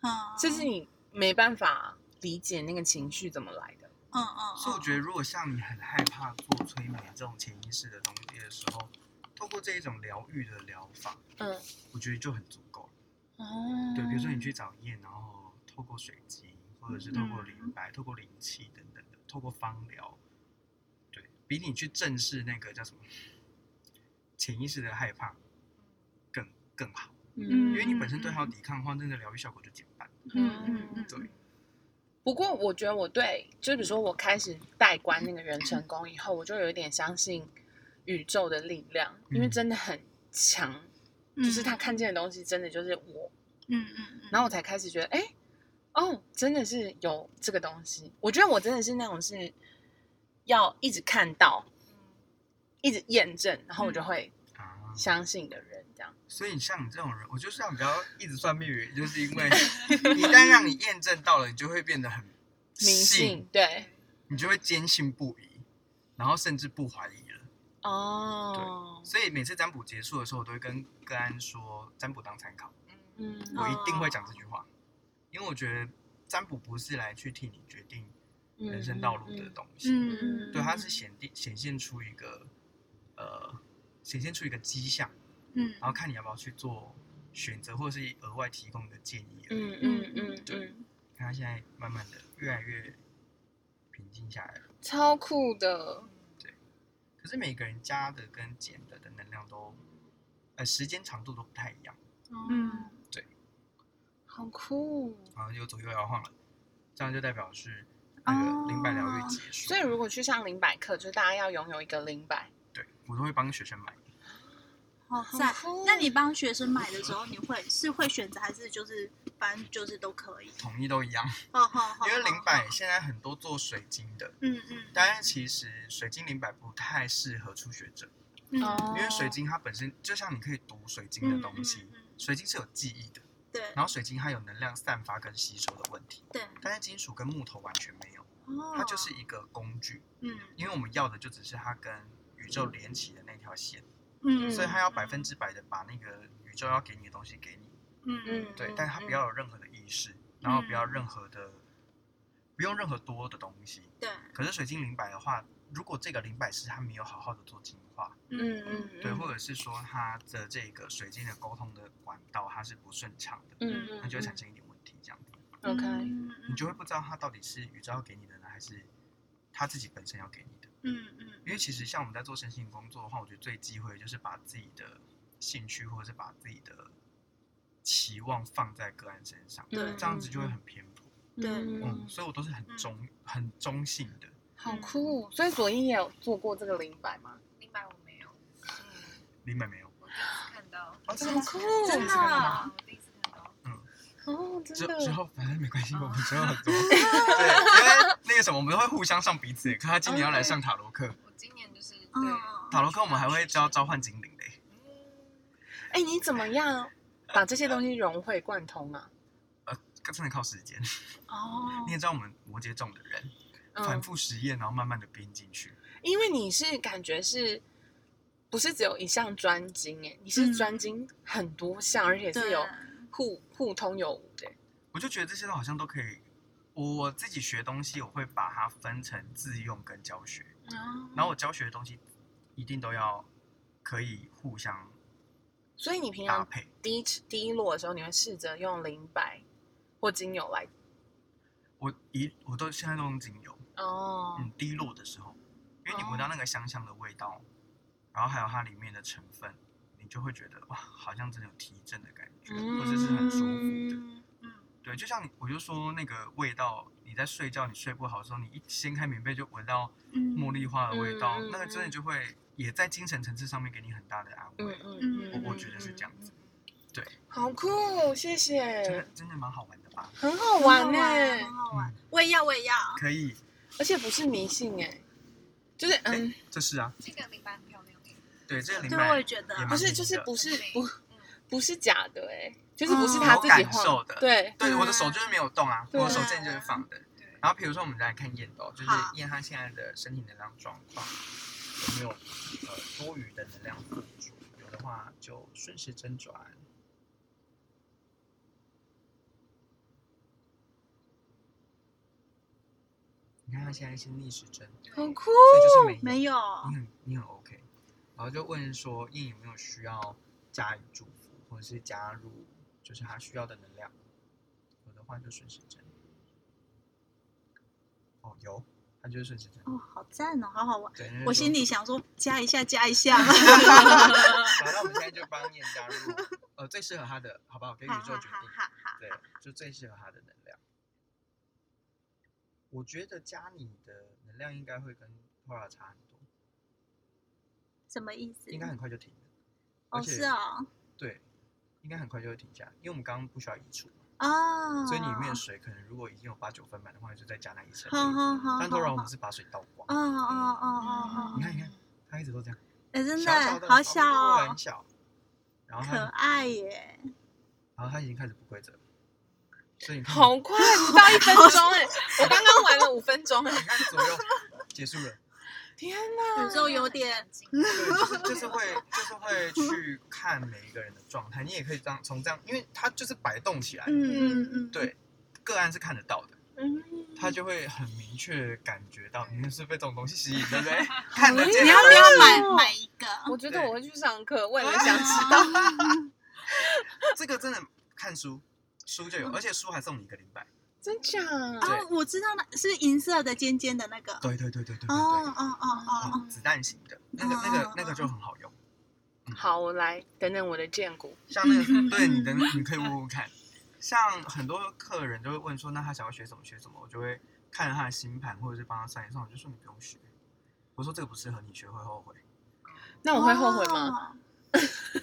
[SPEAKER 2] 么
[SPEAKER 1] 就是你没办法理解那个情绪怎么来的。
[SPEAKER 2] 嗯嗯，
[SPEAKER 3] 所以我觉得，如果像你很害怕做催眠这种潜意识的东西的时候，透过这一种疗愈的疗法，
[SPEAKER 1] 嗯，
[SPEAKER 3] 我觉得就很足够了。
[SPEAKER 1] 哦
[SPEAKER 3] 对，比如说你去找验，然后透过水晶，或者是透过灵
[SPEAKER 2] 嗯
[SPEAKER 3] 摆、透过灵气等等的，透过芳疗，对比你去正视那个叫什么潜意识的害怕更更好，
[SPEAKER 1] 嗯，
[SPEAKER 3] 因为你本身对它有抵抗的话，真的疗愈效果就减半。
[SPEAKER 2] 嗯嗯嗯，
[SPEAKER 3] 对，
[SPEAKER 1] 不过我觉得我对，就比如说我开始代关那个人成功以后，我就有一点相信宇宙的力量，因为
[SPEAKER 3] 嗯
[SPEAKER 1] 真的很强，就是他，看见的东西真的就是我，
[SPEAKER 2] 嗯嗯嗯，
[SPEAKER 1] 然后我才开始觉得，哎、哦，真的是有这个东西。我觉得我真的是那种是要一直看到，一直验证，然后我就会
[SPEAKER 3] 啊，
[SPEAKER 1] 相信的人，这样。
[SPEAKER 3] 所以像你这种人，我就是让比较一直算命的原因，就是因为一旦让你验证到了，你就会变得很
[SPEAKER 1] 迷信，对，
[SPEAKER 3] 你就会坚信不疑，然后甚至不怀疑了。
[SPEAKER 1] 哦，
[SPEAKER 3] 所以每次占卜结束的时候，我都会跟个案说，占卜当参考，
[SPEAKER 1] 嗯，
[SPEAKER 3] 我一定会
[SPEAKER 2] 哦
[SPEAKER 3] 讲这句话，因为我觉得占卜不是来去替你决定
[SPEAKER 1] 嗯
[SPEAKER 3] 人生道路的东西，
[SPEAKER 2] 嗯，
[SPEAKER 3] 对，它是显定显现出一个呃，显现出一个迹象，
[SPEAKER 2] 嗯
[SPEAKER 3] 然后看你要不要去做选择，或者是额外提供的建议而已。
[SPEAKER 1] 嗯嗯嗯嗯，
[SPEAKER 3] 看他现在慢慢的越来越平静下来了。
[SPEAKER 1] 超酷的，
[SPEAKER 3] 可是每个人加的跟减的的能量都，呃，时间长度都不太一样，
[SPEAKER 2] 嗯
[SPEAKER 1] 好酷。哦
[SPEAKER 3] 然后啊又左右摇晃了，这样就代表是那
[SPEAKER 2] 哦
[SPEAKER 3] 个灵摆疗愈结束。
[SPEAKER 1] 所以如果去上零百课，就是大家要拥有一个零百，
[SPEAKER 3] 对我都会帮学生买，
[SPEAKER 2] 哦
[SPEAKER 1] 好
[SPEAKER 2] 赞
[SPEAKER 1] 酷。
[SPEAKER 2] 那你帮学生买的时候，你会是会选择还是就是反正就是都可以？
[SPEAKER 3] 统一都一样，
[SPEAKER 2] 哦好好，
[SPEAKER 3] 因为灵
[SPEAKER 2] 好
[SPEAKER 3] 摆，现在很多做水晶的，
[SPEAKER 2] 嗯嗯，
[SPEAKER 3] 但是其实水晶灵摆不太适合初学者，
[SPEAKER 2] 嗯
[SPEAKER 1] 哦
[SPEAKER 3] 因为水晶它本身就像你可以读水晶的东西，
[SPEAKER 2] 嗯嗯嗯
[SPEAKER 3] 水晶是有记忆的，
[SPEAKER 2] 对
[SPEAKER 3] 然后水晶它有能量散发跟吸收的问题，
[SPEAKER 2] 对，
[SPEAKER 3] 但是金属跟木头完全没有，
[SPEAKER 2] 哦，
[SPEAKER 3] 它就是一个工具，
[SPEAKER 2] 嗯
[SPEAKER 3] 因为我们要的就只是它跟宇宙连起的那条线，
[SPEAKER 2] 嗯，
[SPEAKER 3] 所以它要百分之百的把那个宇宙要给你的东西给你，
[SPEAKER 2] 嗯
[SPEAKER 1] 嗯
[SPEAKER 3] 对，但它不要有任何的意识，然后不要任何的，不用任何多的东西。
[SPEAKER 2] 对
[SPEAKER 3] 可是水晶灵摆的话，如果这个灵摆师他没有好好的做净化，
[SPEAKER 1] 嗯嗯嗯
[SPEAKER 3] 对，或者是说他的这个水晶的沟通的管道它是不顺畅的，
[SPEAKER 1] 嗯嗯
[SPEAKER 3] 那就会产生一点问题，这样子，
[SPEAKER 1] 嗯 OK，
[SPEAKER 2] 嗯
[SPEAKER 3] 你就会不知道他到底是宇宙要给你的呢，还是他自己本身要给你的。
[SPEAKER 2] 嗯嗯
[SPEAKER 3] 因为其实像我们在做身心工作的话，我觉得最忌讳的就是把自己的兴趣或者是把自己的期望放在个案身上，
[SPEAKER 2] 对
[SPEAKER 1] 嗯
[SPEAKER 3] 这样子就会很偏颇。
[SPEAKER 2] 对
[SPEAKER 3] 嗯，所以我都是很中很中性的。
[SPEAKER 1] 好酷。哦所以左一也有做过这个零百吗？
[SPEAKER 4] 明白我没有，
[SPEAKER 3] 你们没有？
[SPEAKER 4] 我第一次看到，
[SPEAKER 3] 哦，真
[SPEAKER 1] 好酷
[SPEAKER 3] 吗
[SPEAKER 1] 真的
[SPEAKER 3] 是看到吗
[SPEAKER 4] 啊，我第一次看到，
[SPEAKER 1] 哦，
[SPEAKER 3] 之
[SPEAKER 1] 真
[SPEAKER 3] 之
[SPEAKER 1] 的。
[SPEAKER 3] 后反正没关系，
[SPEAKER 4] 哦
[SPEAKER 3] 我们之后很多。对，因为那个什么，我们会互相上彼此的。看他今年要来上塔罗课，
[SPEAKER 4] 我今年就是对，
[SPEAKER 2] 嗯，
[SPEAKER 3] 塔罗课我们还会教召唤精灵的。
[SPEAKER 4] 嗯
[SPEAKER 1] 哎，你怎么样把这些东西融会贯通啊？
[SPEAKER 3] 呃真的靠时间，
[SPEAKER 2] 哦
[SPEAKER 3] 你，也知道我们摩羯这种的人，反
[SPEAKER 1] 嗯，
[SPEAKER 3] 复实验，然后慢慢的编进去。
[SPEAKER 1] 因为你是感觉是。不是只有一项专精哎，
[SPEAKER 3] 嗯
[SPEAKER 1] 你是专精很多项，而且是有互互通有无的欸。
[SPEAKER 3] 我就觉得这些都好像都可以。我自己学东西，我会把它分成自用跟教学，然后我教学的东西一定都要可以互相
[SPEAKER 1] 所以你平
[SPEAKER 3] 搭
[SPEAKER 1] 常
[SPEAKER 3] 配。
[SPEAKER 1] 低低落的时候，你会试着用灵摆或精油来
[SPEAKER 3] 我一我都现在都用精油，
[SPEAKER 1] 哦，
[SPEAKER 3] 嗯，低落的时候，因为你闻到那个香香的味道，然后还有它里面的成分，你就会觉得哇，好像真的有提振的感觉，或者是很舒服的。
[SPEAKER 2] 嗯嗯
[SPEAKER 3] 对，就像你，我就说那个味道，你在睡觉，你睡不好的时候，你一掀开棉被就闻到
[SPEAKER 2] 嗯，
[SPEAKER 3] 茉莉花的味道，
[SPEAKER 1] 嗯嗯
[SPEAKER 3] 那个真的
[SPEAKER 1] 嗯
[SPEAKER 3] 就会也在精神层次上面给你很大的安
[SPEAKER 1] 嗯
[SPEAKER 3] 慰。
[SPEAKER 1] 嗯
[SPEAKER 2] 嗯
[SPEAKER 1] 嗯，
[SPEAKER 3] 我我觉得是这样子，
[SPEAKER 1] 好酷，谢
[SPEAKER 3] 真的
[SPEAKER 1] 谢，
[SPEAKER 3] 真的蛮好玩的吧？嗯
[SPEAKER 1] 很好玩呢、
[SPEAKER 2] 很好玩，我也要，我也要，
[SPEAKER 3] 可以，
[SPEAKER 1] 而且不是迷信哎、就是嗯，
[SPEAKER 3] 这是啊，
[SPEAKER 4] 这个明白很漂亮，
[SPEAKER 3] 对，这个灵
[SPEAKER 2] 对，我
[SPEAKER 3] 摆
[SPEAKER 2] 也觉得，
[SPEAKER 3] 也蛮
[SPEAKER 1] 不
[SPEAKER 3] 迷
[SPEAKER 1] 是
[SPEAKER 3] 的
[SPEAKER 1] 就是不是
[SPEAKER 4] 对
[SPEAKER 1] 不
[SPEAKER 4] 嗯
[SPEAKER 1] 不是假的哎、就是不是
[SPEAKER 2] 嗯
[SPEAKER 1] 他自己
[SPEAKER 3] 有感受
[SPEAKER 1] 晃
[SPEAKER 3] 的
[SPEAKER 1] 对，
[SPEAKER 3] 对，我的手就是没有动啊，
[SPEAKER 1] 对
[SPEAKER 3] 我的手之前就是放的。
[SPEAKER 4] 对，
[SPEAKER 3] 然后比如说我们再来看燕斗，就是
[SPEAKER 2] 好
[SPEAKER 3] 燕它现在的身体能量状况有没有呃多余的能量付出，有的话就顺势针转。你看它现在是逆时针，
[SPEAKER 1] 好酷，
[SPEAKER 3] 所以就是没有
[SPEAKER 2] 没有，
[SPEAKER 3] 你很嗯你很 OK，然后就问说燕有没有需要加以祝福，或者是加入就是他需要的能量，有的话就顺时针。哦，有，他就是顺时针。
[SPEAKER 2] 哦，好赞哦，好好玩。
[SPEAKER 3] 对，那就
[SPEAKER 2] 我心
[SPEAKER 3] 说
[SPEAKER 2] 里想说，加一下，加一下。
[SPEAKER 3] 好，那我们现在就帮燕加入，
[SPEAKER 2] [laughs]
[SPEAKER 3] 呃，最适合他的，好不好？给宇
[SPEAKER 2] 好
[SPEAKER 3] 宙
[SPEAKER 2] 好
[SPEAKER 3] 决定
[SPEAKER 2] 好。好好，
[SPEAKER 3] 对，就最适合他的能量。我觉得加你的能量应该会跟 Pora 差很多，
[SPEAKER 2] 什么意思？
[SPEAKER 3] 应该很快就停了。而
[SPEAKER 2] 嗯哦，
[SPEAKER 3] 且
[SPEAKER 2] 是哦，
[SPEAKER 3] 对，应该很快就会停下来，因为我们刚刚不需要移除嘛，
[SPEAKER 2] 哦，
[SPEAKER 3] 所以里面的水可能如果已经有八九分满的话，就再加那一层
[SPEAKER 2] 好。好好，
[SPEAKER 3] 但突然我们
[SPEAKER 2] 好
[SPEAKER 3] 是把水倒光，
[SPEAKER 2] 哦哦哦哦
[SPEAKER 3] 你
[SPEAKER 2] 哦，
[SPEAKER 3] 看你看，它一直都这样，
[SPEAKER 2] 哎，真
[SPEAKER 3] 小小
[SPEAKER 2] 的
[SPEAKER 3] 的
[SPEAKER 2] 好小
[SPEAKER 3] 哦
[SPEAKER 2] 哦
[SPEAKER 3] 很，小，然后它
[SPEAKER 2] 可爱耶。
[SPEAKER 3] 然后它已经开始不规则了，所以你看
[SPEAKER 1] 好快，不到一分钟哎、我刚刚玩了五分钟哎、
[SPEAKER 3] 你看左右结束
[SPEAKER 2] [laughs]
[SPEAKER 3] 了，
[SPEAKER 1] 天哪，
[SPEAKER 2] 宇宙有点，
[SPEAKER 3] 对，就是就是会就是会去看每一个人的状态，你也可以这样从这样，因为它就是摆动起来，
[SPEAKER 2] 嗯嗯嗯，，
[SPEAKER 3] 对，个案是看得到的。
[SPEAKER 1] 嗯，
[SPEAKER 3] 他就会很
[SPEAKER 2] [laughs]
[SPEAKER 3] 哎明确地感觉到你是被这种东西吸引，对不对？
[SPEAKER 2] 嗯
[SPEAKER 1] 看
[SPEAKER 3] 得见
[SPEAKER 2] 你要不要买买一个？啊。
[SPEAKER 1] 我觉得
[SPEAKER 3] 对
[SPEAKER 1] 我会去上课，我也
[SPEAKER 3] 啊
[SPEAKER 1] 想知道。
[SPEAKER 3] 这个真的看书，书就有，而且书还送你一个零百。
[SPEAKER 1] 真假？
[SPEAKER 3] 对
[SPEAKER 2] 哦，我知道了，是银色的尖尖的那个。
[SPEAKER 3] 对对对对对对
[SPEAKER 2] 哦哦
[SPEAKER 3] 对，
[SPEAKER 2] 哦哦哦，
[SPEAKER 3] 嗯子弹型的那个那
[SPEAKER 2] 哦哦
[SPEAKER 3] 个那
[SPEAKER 2] 哦
[SPEAKER 3] 个就很好用。
[SPEAKER 1] 好，我来等等我的荐股。
[SPEAKER 3] 像那
[SPEAKER 2] 嗯嗯
[SPEAKER 3] 个对你的，
[SPEAKER 2] 嗯
[SPEAKER 3] 你可以问问看。像很多客人就会问说，那他想要学什么学什么，我就会看他的星盘，或者是帮他算一算，我就说你不用学。我说这个不适合你学，会后悔。
[SPEAKER 1] 那我会后悔吗？
[SPEAKER 2] 哦？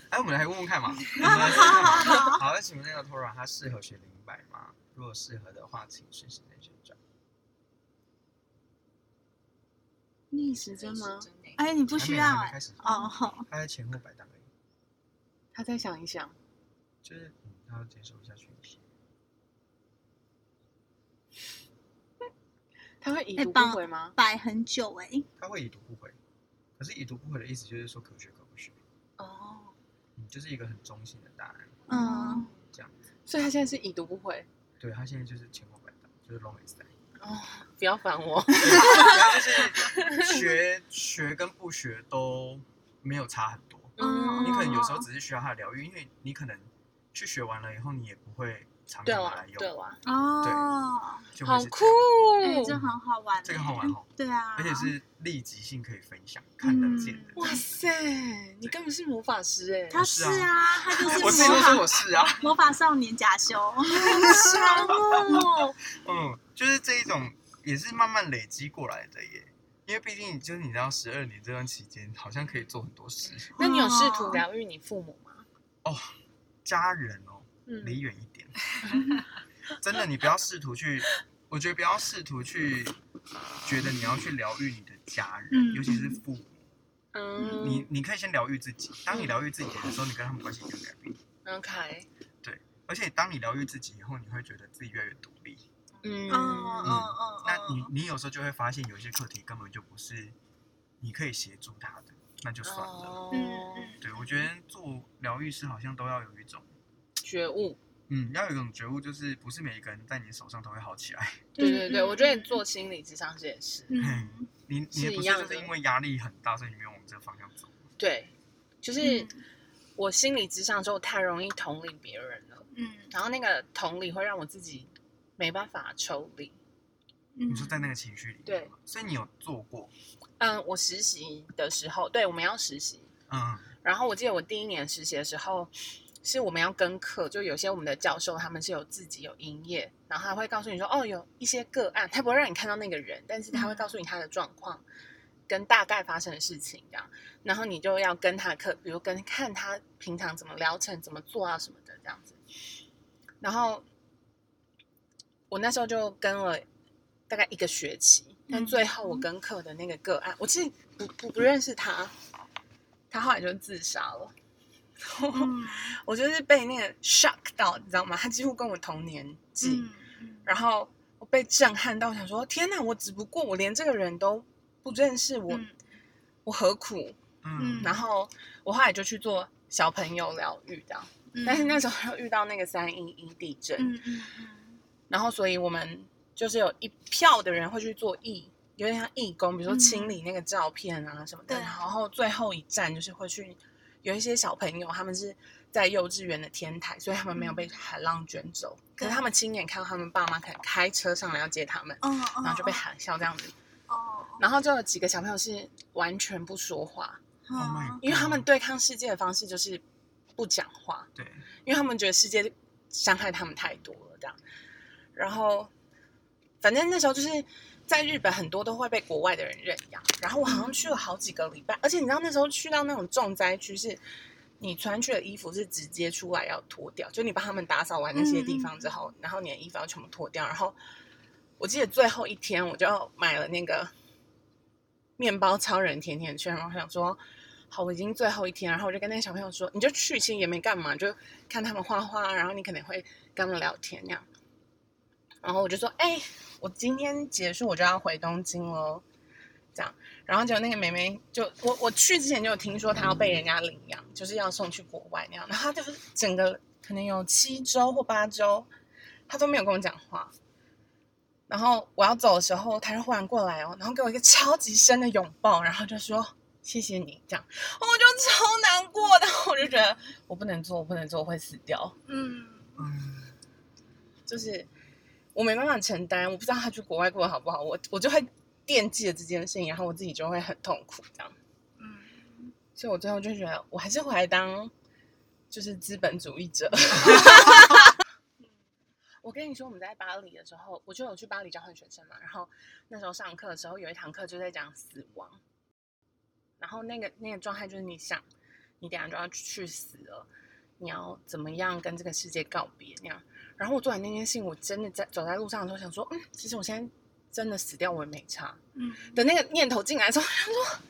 [SPEAKER 3] 哎，我们来问问
[SPEAKER 2] [laughs]
[SPEAKER 3] 看嘛。我
[SPEAKER 2] 好
[SPEAKER 3] 们来试试看嘛
[SPEAKER 2] 哦好好好，
[SPEAKER 3] 好，那请问那个托软他适合学零百吗？如果适合的话，请顺时针旋转。
[SPEAKER 1] 逆
[SPEAKER 4] 是
[SPEAKER 1] 时针吗？
[SPEAKER 4] 真的
[SPEAKER 2] 哎，你不需要
[SPEAKER 3] 还没还没
[SPEAKER 2] 哎
[SPEAKER 3] 开。始
[SPEAKER 2] 哦，，好
[SPEAKER 3] 他在前后摆荡而已，
[SPEAKER 1] 他再想一想。
[SPEAKER 3] 就是嗯，他要接受一下讯息。
[SPEAKER 1] 他会已
[SPEAKER 2] 哎
[SPEAKER 1] 读不
[SPEAKER 2] 棒
[SPEAKER 1] 回吗？
[SPEAKER 2] 摆很久哎。
[SPEAKER 3] 他会已读不回，可是已读不回的意思就是说可学可不学，
[SPEAKER 1] 哦，
[SPEAKER 3] 嗯，就是一个很中性的答案。
[SPEAKER 2] 嗯，
[SPEAKER 3] 这样子。
[SPEAKER 1] 所以他现在是已读不回。
[SPEAKER 3] 对他现在就是前后摆荡，就是 long is [laughs] that。
[SPEAKER 1] 哦，不要烦我。
[SPEAKER 3] 然后就是学学跟不学都没有差很多，
[SPEAKER 1] 嗯，
[SPEAKER 2] 嗯
[SPEAKER 3] 你可能有时候只是需要他的疗愈，因为你可能去学完了以后，你也不会常
[SPEAKER 1] 对
[SPEAKER 3] 常拿来
[SPEAKER 1] 啦，
[SPEAKER 3] 用，
[SPEAKER 1] 对啦，
[SPEAKER 2] 哦，
[SPEAKER 3] 就会
[SPEAKER 1] 好
[SPEAKER 3] 是
[SPEAKER 1] 酷哦
[SPEAKER 3] 这样。！
[SPEAKER 2] 哎，这很好玩哎。
[SPEAKER 3] 这个好玩哦，
[SPEAKER 2] 对啊，
[SPEAKER 3] 而且是立即性可以分享、看得见的。
[SPEAKER 1] 哇塞，你根本是魔法师哎！
[SPEAKER 2] 他是
[SPEAKER 3] [laughs]
[SPEAKER 2] 啊，他就是
[SPEAKER 3] 我自己
[SPEAKER 2] 魔
[SPEAKER 3] 都说
[SPEAKER 2] 法
[SPEAKER 3] 我是啊，
[SPEAKER 2] 魔法少年假修。
[SPEAKER 1] 强哦。
[SPEAKER 3] 嗯，就是这一种也是慢慢累积过来的耶。因为毕竟就是你知道，十二年这段期间好像可以做很多事。
[SPEAKER 1] [laughs]
[SPEAKER 3] 哦
[SPEAKER 1] 那你有试图疗愈你父母吗？
[SPEAKER 3] 家人哦，
[SPEAKER 1] 嗯
[SPEAKER 3] 离远一点。 [laughs] 真的，你不要试图去，我觉得不要试图去觉得你要去疗愈你的家人，
[SPEAKER 2] 嗯
[SPEAKER 3] 尤其是父母。
[SPEAKER 1] 嗯
[SPEAKER 3] 你你可以先疗愈自己，当你疗愈自己的时候，你跟他们关系就会改变。
[SPEAKER 1] 嗯 OK，
[SPEAKER 3] 而且当你疗愈自己以后，你会觉得自己越来越独立。
[SPEAKER 1] 嗯
[SPEAKER 2] 嗯嗯嗯
[SPEAKER 3] 那你
[SPEAKER 2] 嗯，
[SPEAKER 3] 你有时候就会发现，有一些课题根本就不是你可以协助他的，那就算了。
[SPEAKER 1] 哦
[SPEAKER 2] 嗯嗯
[SPEAKER 3] 对，我觉得做疗愈师好像都要有一种，
[SPEAKER 1] 觉悟。
[SPEAKER 3] 嗯，要有一种觉悟，就是不是每一个人在你手上都会好起来。 [laughs]
[SPEAKER 1] 对对对，
[SPEAKER 2] 嗯
[SPEAKER 1] 我觉得你做心理智商师也是，
[SPEAKER 2] 嗯
[SPEAKER 3] 你你也
[SPEAKER 1] 是
[SPEAKER 3] 不是
[SPEAKER 1] 一样
[SPEAKER 3] 就是
[SPEAKER 1] 的
[SPEAKER 3] 因为压力很大，所以你没有往这个方向走。
[SPEAKER 1] 对，
[SPEAKER 2] 嗯
[SPEAKER 1] 就是我心理智商之后太容易同理别人了，
[SPEAKER 2] 嗯
[SPEAKER 1] 然后那个同理会让我自己没办法抽离。
[SPEAKER 2] 嗯，
[SPEAKER 3] 你说在那个情绪里面
[SPEAKER 1] 对
[SPEAKER 3] 嘛，所以你有做过，
[SPEAKER 1] 嗯，我实习的时候，对，我们要实习，
[SPEAKER 3] 嗯，
[SPEAKER 1] 然后我记得我第一年实习的时候，是我们要跟课，就有些我们的教授他们是有自己有营业，然后他会告诉你说，哦，有一些个案，他不会让你看到那个人，但是他会
[SPEAKER 2] 嗯
[SPEAKER 1] 告诉你他的状况跟大概发生的事情这样，然后你就要跟他课，比如跟看他平常怎么疗程、怎么做啊什么的这样子。然后我那时候就跟了大概一个学期，但
[SPEAKER 2] 嗯
[SPEAKER 1] 最后我跟课的那个个案，我其实不不不认识他，他后来就自杀了。
[SPEAKER 2] 嗯
[SPEAKER 1] [laughs] 我就是被那个 shock 到，你知道吗？他几乎跟我同年纪，
[SPEAKER 2] 嗯
[SPEAKER 1] 然后我被震撼到，想说天哪！我只不过我连这个人都不认识我，
[SPEAKER 2] 嗯
[SPEAKER 1] 我何苦？
[SPEAKER 3] 嗯
[SPEAKER 2] 嗯
[SPEAKER 1] 然后我后来就去做小朋友疗愈这样，但是那时候又遇到那个三一一地震，
[SPEAKER 2] 嗯嗯嗯
[SPEAKER 1] 然后所以我们就是有一票的人会去做义，有点像义工，比如说清理那个照片啊什么的。
[SPEAKER 2] 嗯对
[SPEAKER 1] 然后最后一站就是会去有一些小朋友，他们是在幼稚园的天台，所以他们没有被海浪卷走，
[SPEAKER 2] 嗯
[SPEAKER 1] 可
[SPEAKER 2] 对
[SPEAKER 1] 是他们亲眼看到他们爸妈可能开车上来要接他们，
[SPEAKER 2] 哦，
[SPEAKER 1] 然后就被喊笑这样子。
[SPEAKER 2] 哦，
[SPEAKER 1] 然后就有几个小朋友是完全不说话，
[SPEAKER 3] Oh
[SPEAKER 1] 因为他
[SPEAKER 2] 嗯
[SPEAKER 1] 们对抗世界的方式就是不讲话。
[SPEAKER 3] 对，
[SPEAKER 1] 因为他们觉得世界伤害他们太多了，这样。然后，反正那时候就是在日本，很多都会被国外的人认养。然后我好像去了好几个礼拜，而且你知道那时候去到那种重灾区是。你穿去的衣服是直接出来要脱掉，就你帮他们打扫完那些地方之后，然后你的衣服要全部脱掉。然后我记得最后一天，我就买了那个面包超人甜甜圈，然后想说，好，我已经最后一天，然后我就跟那个小朋友说，你就去，其实也没干嘛，就看他们画画，啊然后你可能会跟他们聊天那样。然后我就说，哎、我今天结束我就要回东京喽，这样。然后结果那个妹妹就我我去之前就有听说她要被人家领养，就是要送去国外那样，然后她就是整个可能有七周或八周，她都没有跟我讲话。然后我要走的时候，她就忽然过来哦，然后给我一个超级深的拥抱，然后就说：“谢谢你这样，我就超难过的， [laughs] 我就觉得我不能做，我不能做，我会死掉，
[SPEAKER 2] 嗯，
[SPEAKER 3] 嗯，
[SPEAKER 1] 就是我没办法承担，我不知道他去国外过得好不好，我我就会惦记着这件事情，然后我自己就会很痛苦这样，
[SPEAKER 2] 嗯，
[SPEAKER 1] 所以我最后就觉得我还是回来当就是资本主义者。 [laughs] 我跟你说，我们在巴黎的时候，我就有去巴黎交换学生嘛。然后那时候上课的时候，有一堂课就在讲死亡，然后那个那个状态就是你想，你等一下就要去死了，你要怎么样跟这个世界告别那样。然后我做完那件事情，我真的在走在路上的时候想说，嗯，其实我现在真的死掉我也没差
[SPEAKER 2] 嗯，
[SPEAKER 1] 的那个念头进来之后，我想说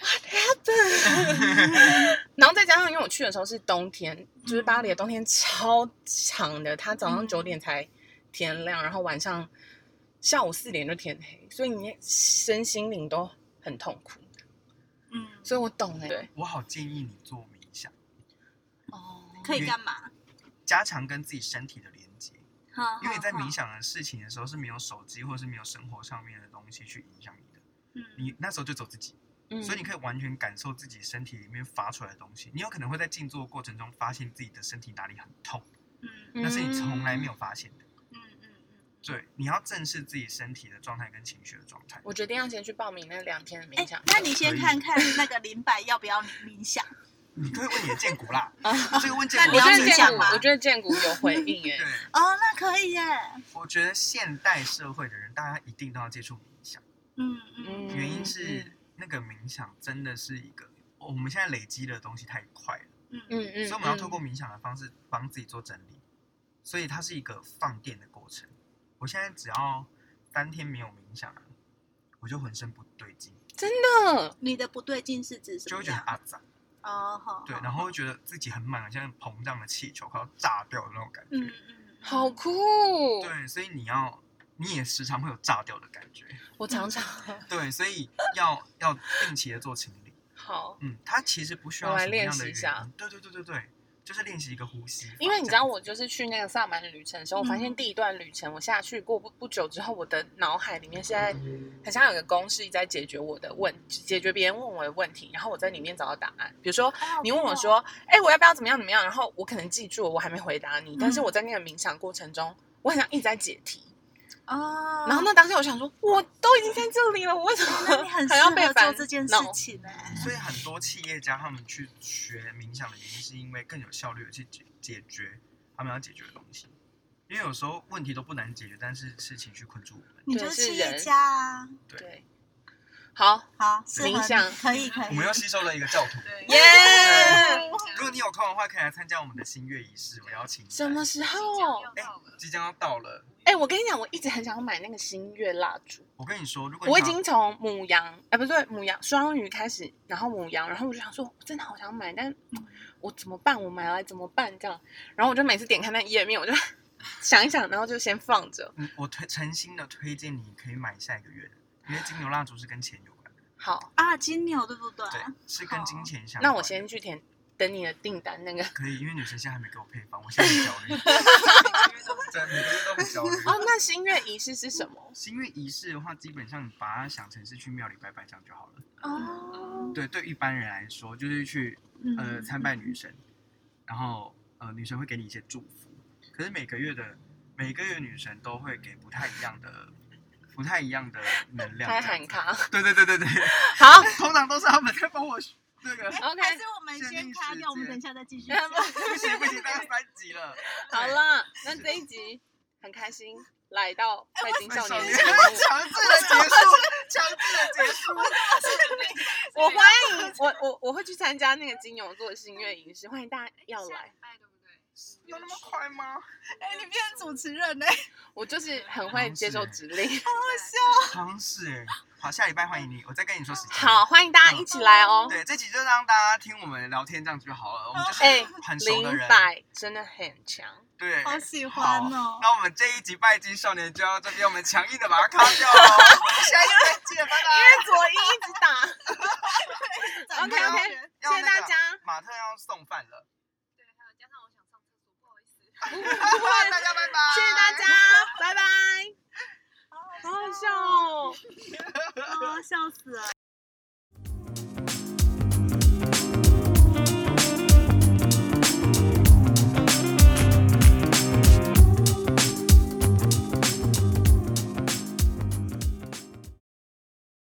[SPEAKER 1] ，What happened？然后 [laughs] 再加上，因为我去的时候是冬天，就是巴黎的冬天超长的，它早上
[SPEAKER 2] 嗯
[SPEAKER 1] 九点才天亮，然后晚上下午四点就天黑，所以你身心灵都很痛苦。
[SPEAKER 2] 嗯，
[SPEAKER 1] 所以我懂哎、对，
[SPEAKER 3] 我好建议你做冥想，
[SPEAKER 1] 哦，
[SPEAKER 2] 可以干嘛？
[SPEAKER 3] 加强跟自己身体的连接，
[SPEAKER 2] 哈
[SPEAKER 3] 因为你在冥
[SPEAKER 1] 嗯
[SPEAKER 2] 想，
[SPEAKER 3] 想的事情的时候是没有手机或者是没有生活上面的东西去影响你的，你
[SPEAKER 2] 嗯，
[SPEAKER 3] 那时候就走自己。
[SPEAKER 1] 嗯
[SPEAKER 3] 所以你可以完全感受自己身体里面发出来的东西。你有可能会在静坐过程中发现自己的身体哪里很痛，
[SPEAKER 2] 嗯，
[SPEAKER 3] 那是你从来没有发现的。
[SPEAKER 2] 嗯嗯嗯，
[SPEAKER 3] 对，你要正视自己身体的状态跟情绪的状态。
[SPEAKER 1] 我决定要先去报名那两天的冥
[SPEAKER 2] 哎
[SPEAKER 1] 想，课。
[SPEAKER 2] 那你先看看那个林柏要不要你
[SPEAKER 3] [laughs]
[SPEAKER 2] 冥想？
[SPEAKER 3] 你可以问你的荐股啦，
[SPEAKER 1] [laughs] 啊，
[SPEAKER 3] 这个问荐
[SPEAKER 2] 那
[SPEAKER 3] 股
[SPEAKER 2] 你
[SPEAKER 1] 我
[SPEAKER 2] 要
[SPEAKER 1] 觉
[SPEAKER 3] 是
[SPEAKER 1] 得
[SPEAKER 2] 冥
[SPEAKER 1] 建
[SPEAKER 2] 想
[SPEAKER 1] 谷，
[SPEAKER 2] 吗
[SPEAKER 1] 我觉得建谷有回应哎、
[SPEAKER 3] 对，
[SPEAKER 2] 哦，那可以耶，
[SPEAKER 3] 我觉得现代社会的人，大家一定都要接触冥想，
[SPEAKER 2] 嗯 [laughs] 嗯，
[SPEAKER 3] 原因
[SPEAKER 1] 嗯
[SPEAKER 3] 是那个冥想真的是一个我们现在累积的东西太快了。
[SPEAKER 2] 嗯
[SPEAKER 1] 嗯
[SPEAKER 2] 嗯
[SPEAKER 3] 所
[SPEAKER 1] 嗯，
[SPEAKER 3] 以我们要
[SPEAKER 1] 嗯
[SPEAKER 3] 透过冥想的方式帮自己做整理，所以它是一个放电的过程。我现在只要三天没有冥想啊，我就浑身不对劲，
[SPEAKER 1] 真的，
[SPEAKER 2] 你的不对劲是指什
[SPEAKER 3] 就
[SPEAKER 2] 么
[SPEAKER 3] 会觉得很
[SPEAKER 2] 样？
[SPEAKER 3] 阿杂，
[SPEAKER 2] 哦，好，
[SPEAKER 3] 对，
[SPEAKER 2] 好
[SPEAKER 3] 然后会觉得自己很满了，像膨胀的气球快要炸掉的那种感觉。
[SPEAKER 2] 嗯嗯，
[SPEAKER 1] 好酷，
[SPEAKER 3] 对，所以你要，你也时常会有炸掉的感觉。
[SPEAKER 1] 我常常
[SPEAKER 3] 对，所以要要定期的做清理。
[SPEAKER 1] [laughs] 好。
[SPEAKER 3] 嗯，它其实不需要
[SPEAKER 1] 我来
[SPEAKER 3] 什么样
[SPEAKER 1] 练习
[SPEAKER 3] 的
[SPEAKER 1] 一
[SPEAKER 3] 原
[SPEAKER 1] 下
[SPEAKER 3] 因。对对对对对，就是练习一个呼吸法。
[SPEAKER 1] 因为你
[SPEAKER 3] 这
[SPEAKER 1] 知道，
[SPEAKER 3] 样
[SPEAKER 1] 我就是去那个萨满旅程的时候，我发现
[SPEAKER 2] 嗯
[SPEAKER 1] 第一段旅程我下去过不不久之后，我的脑海里面现在很像有个公式在解决我的问，解决别人问我的问题，然后我在里面找到答案。比如说
[SPEAKER 2] 好
[SPEAKER 1] 你问我
[SPEAKER 2] 酷哦，
[SPEAKER 1] 说，哎、我要不要怎么样怎么样？然后我可能记住了，我还没回答你，但是
[SPEAKER 2] 嗯
[SPEAKER 1] 我在那个冥想过程中，我好像一直在解题。
[SPEAKER 2] 哦，
[SPEAKER 1] 然后那当下我想说，我都已经在这里了，我为什
[SPEAKER 2] 那你
[SPEAKER 1] 么
[SPEAKER 2] 很适
[SPEAKER 1] 还要被
[SPEAKER 2] 合做
[SPEAKER 1] 烦
[SPEAKER 2] 这件事
[SPEAKER 1] 恼？
[SPEAKER 2] 情欸呢、
[SPEAKER 3] 所以很多企业家他们去学冥想的原因，是因为更有效率的去解解决他们要解决的东西。因为有时候问题都不难解决，但是是情绪困住我们。
[SPEAKER 2] 你
[SPEAKER 1] 对
[SPEAKER 2] 就是企业
[SPEAKER 1] 人
[SPEAKER 2] 家啊，
[SPEAKER 1] 对，好，
[SPEAKER 2] 好，适合
[SPEAKER 1] 冥
[SPEAKER 2] 你
[SPEAKER 1] 想
[SPEAKER 2] 可以可以，
[SPEAKER 3] 我们又吸收了一个教徒。
[SPEAKER 4] 对，
[SPEAKER 1] 耶
[SPEAKER 3] 如果你有空的话，可以来参加我们的新月仪式，我邀请你。
[SPEAKER 1] 什么？时候？
[SPEAKER 3] 哎，即将要到了。
[SPEAKER 1] 哎、我跟你讲，我一直很想要买那个星月蜡烛。
[SPEAKER 3] 我跟你说，如果你
[SPEAKER 1] 我已
[SPEAKER 3] 想
[SPEAKER 1] 经从母羊，哎、不对，母羊双鱼开始，然后母羊，然后我就想说，我真的好想买，但我怎么办？我买来怎么办？这样，然后我就每次点开那页面，我就 [laughs] 想一想，然后就先放着。
[SPEAKER 3] 嗯我推诚心的推荐你可以买下一个月的，因为金牛蜡烛是跟钱有关的，
[SPEAKER 1] 好，
[SPEAKER 2] 啊，金牛对不对？
[SPEAKER 3] 对，是跟
[SPEAKER 2] 好
[SPEAKER 3] 金钱相关。
[SPEAKER 1] 啊那我先去填等你的订单那个。
[SPEAKER 3] 可以，因为女生现在还没给我配方，我现在很焦
[SPEAKER 1] [laughs]
[SPEAKER 3] 虑，真的每个月都很焦虑。
[SPEAKER 1] 哦，那星月仪式是什么？
[SPEAKER 3] 是因为仪式的话，基本上你把它想成是去庙里拜拜这样就好了。
[SPEAKER 2] 哦，
[SPEAKER 3] 对，对一般人来说，就是去呃
[SPEAKER 2] 嗯
[SPEAKER 3] 参拜女神，然后呃女神会给你一些祝福。可是每个月的每个月女神都会给不太一样的 [laughs] 不太一样的能量。
[SPEAKER 1] [laughs] 开
[SPEAKER 3] 这样
[SPEAKER 1] 喊
[SPEAKER 3] 子
[SPEAKER 1] 卡。
[SPEAKER 3] 对对对对
[SPEAKER 1] [laughs]
[SPEAKER 3] 对，
[SPEAKER 1] 好
[SPEAKER 3] 通常都是他们在帮我那
[SPEAKER 1] [laughs]
[SPEAKER 3] 个。
[SPEAKER 1] ，OK，。
[SPEAKER 2] 还是我们
[SPEAKER 3] 限
[SPEAKER 2] 先
[SPEAKER 3] 定
[SPEAKER 2] 卡
[SPEAKER 3] 时
[SPEAKER 2] 掉，我们
[SPEAKER 3] 间
[SPEAKER 2] 等一下再继续
[SPEAKER 1] [laughs] 好
[SPEAKER 3] 不行不行，大概三集了。
[SPEAKER 1] 了，那这一集很开心来到拜金
[SPEAKER 3] 对，
[SPEAKER 1] 少年
[SPEAKER 3] 年
[SPEAKER 1] 的节目。
[SPEAKER 3] 强制的结
[SPEAKER 1] [laughs]
[SPEAKER 3] 束，强制的结束。
[SPEAKER 1] 我欢迎 [laughs] 我我我会去参加那个金牛座新月仪式，欢迎大家要来。，
[SPEAKER 4] 对不对？
[SPEAKER 3] 有那么快吗？
[SPEAKER 2] 哎、你变主持人呢、
[SPEAKER 1] 我就是很会接受指令。 [laughs]
[SPEAKER 4] 好
[SPEAKER 3] 好像是哎，好，下礼拜欢迎你，我再跟你说时间。
[SPEAKER 1] 好，，欢迎大家一起来哦。
[SPEAKER 3] 对，这集就让大家听我们聊天这样子就好了，我们就是
[SPEAKER 1] 哎
[SPEAKER 3] 很熟
[SPEAKER 1] 林
[SPEAKER 3] 的人，
[SPEAKER 1] 百真的很强，
[SPEAKER 3] 对，
[SPEAKER 2] 好喜欢
[SPEAKER 3] 好
[SPEAKER 2] 哦。
[SPEAKER 3] 那我们这一集拜金少年就到这边，我们强硬的把它卡掉哦，我们下一集再见，拜拜。
[SPEAKER 1] 左一一直 [laughs] 打。
[SPEAKER 2] 长
[SPEAKER 1] OK，OK，
[SPEAKER 2] 大人
[SPEAKER 3] 要
[SPEAKER 1] 谢谢
[SPEAKER 3] 那
[SPEAKER 1] 大
[SPEAKER 3] 个
[SPEAKER 1] 家，
[SPEAKER 3] 马特要送饭
[SPEAKER 1] [laughs]
[SPEAKER 3] 了，
[SPEAKER 4] 对，还有加上我想上厕所，不好意思。
[SPEAKER 3] 大家拜拜，
[SPEAKER 1] 谢谢大家，拜拜。好好笑哦。
[SPEAKER 2] 哦，笑死了。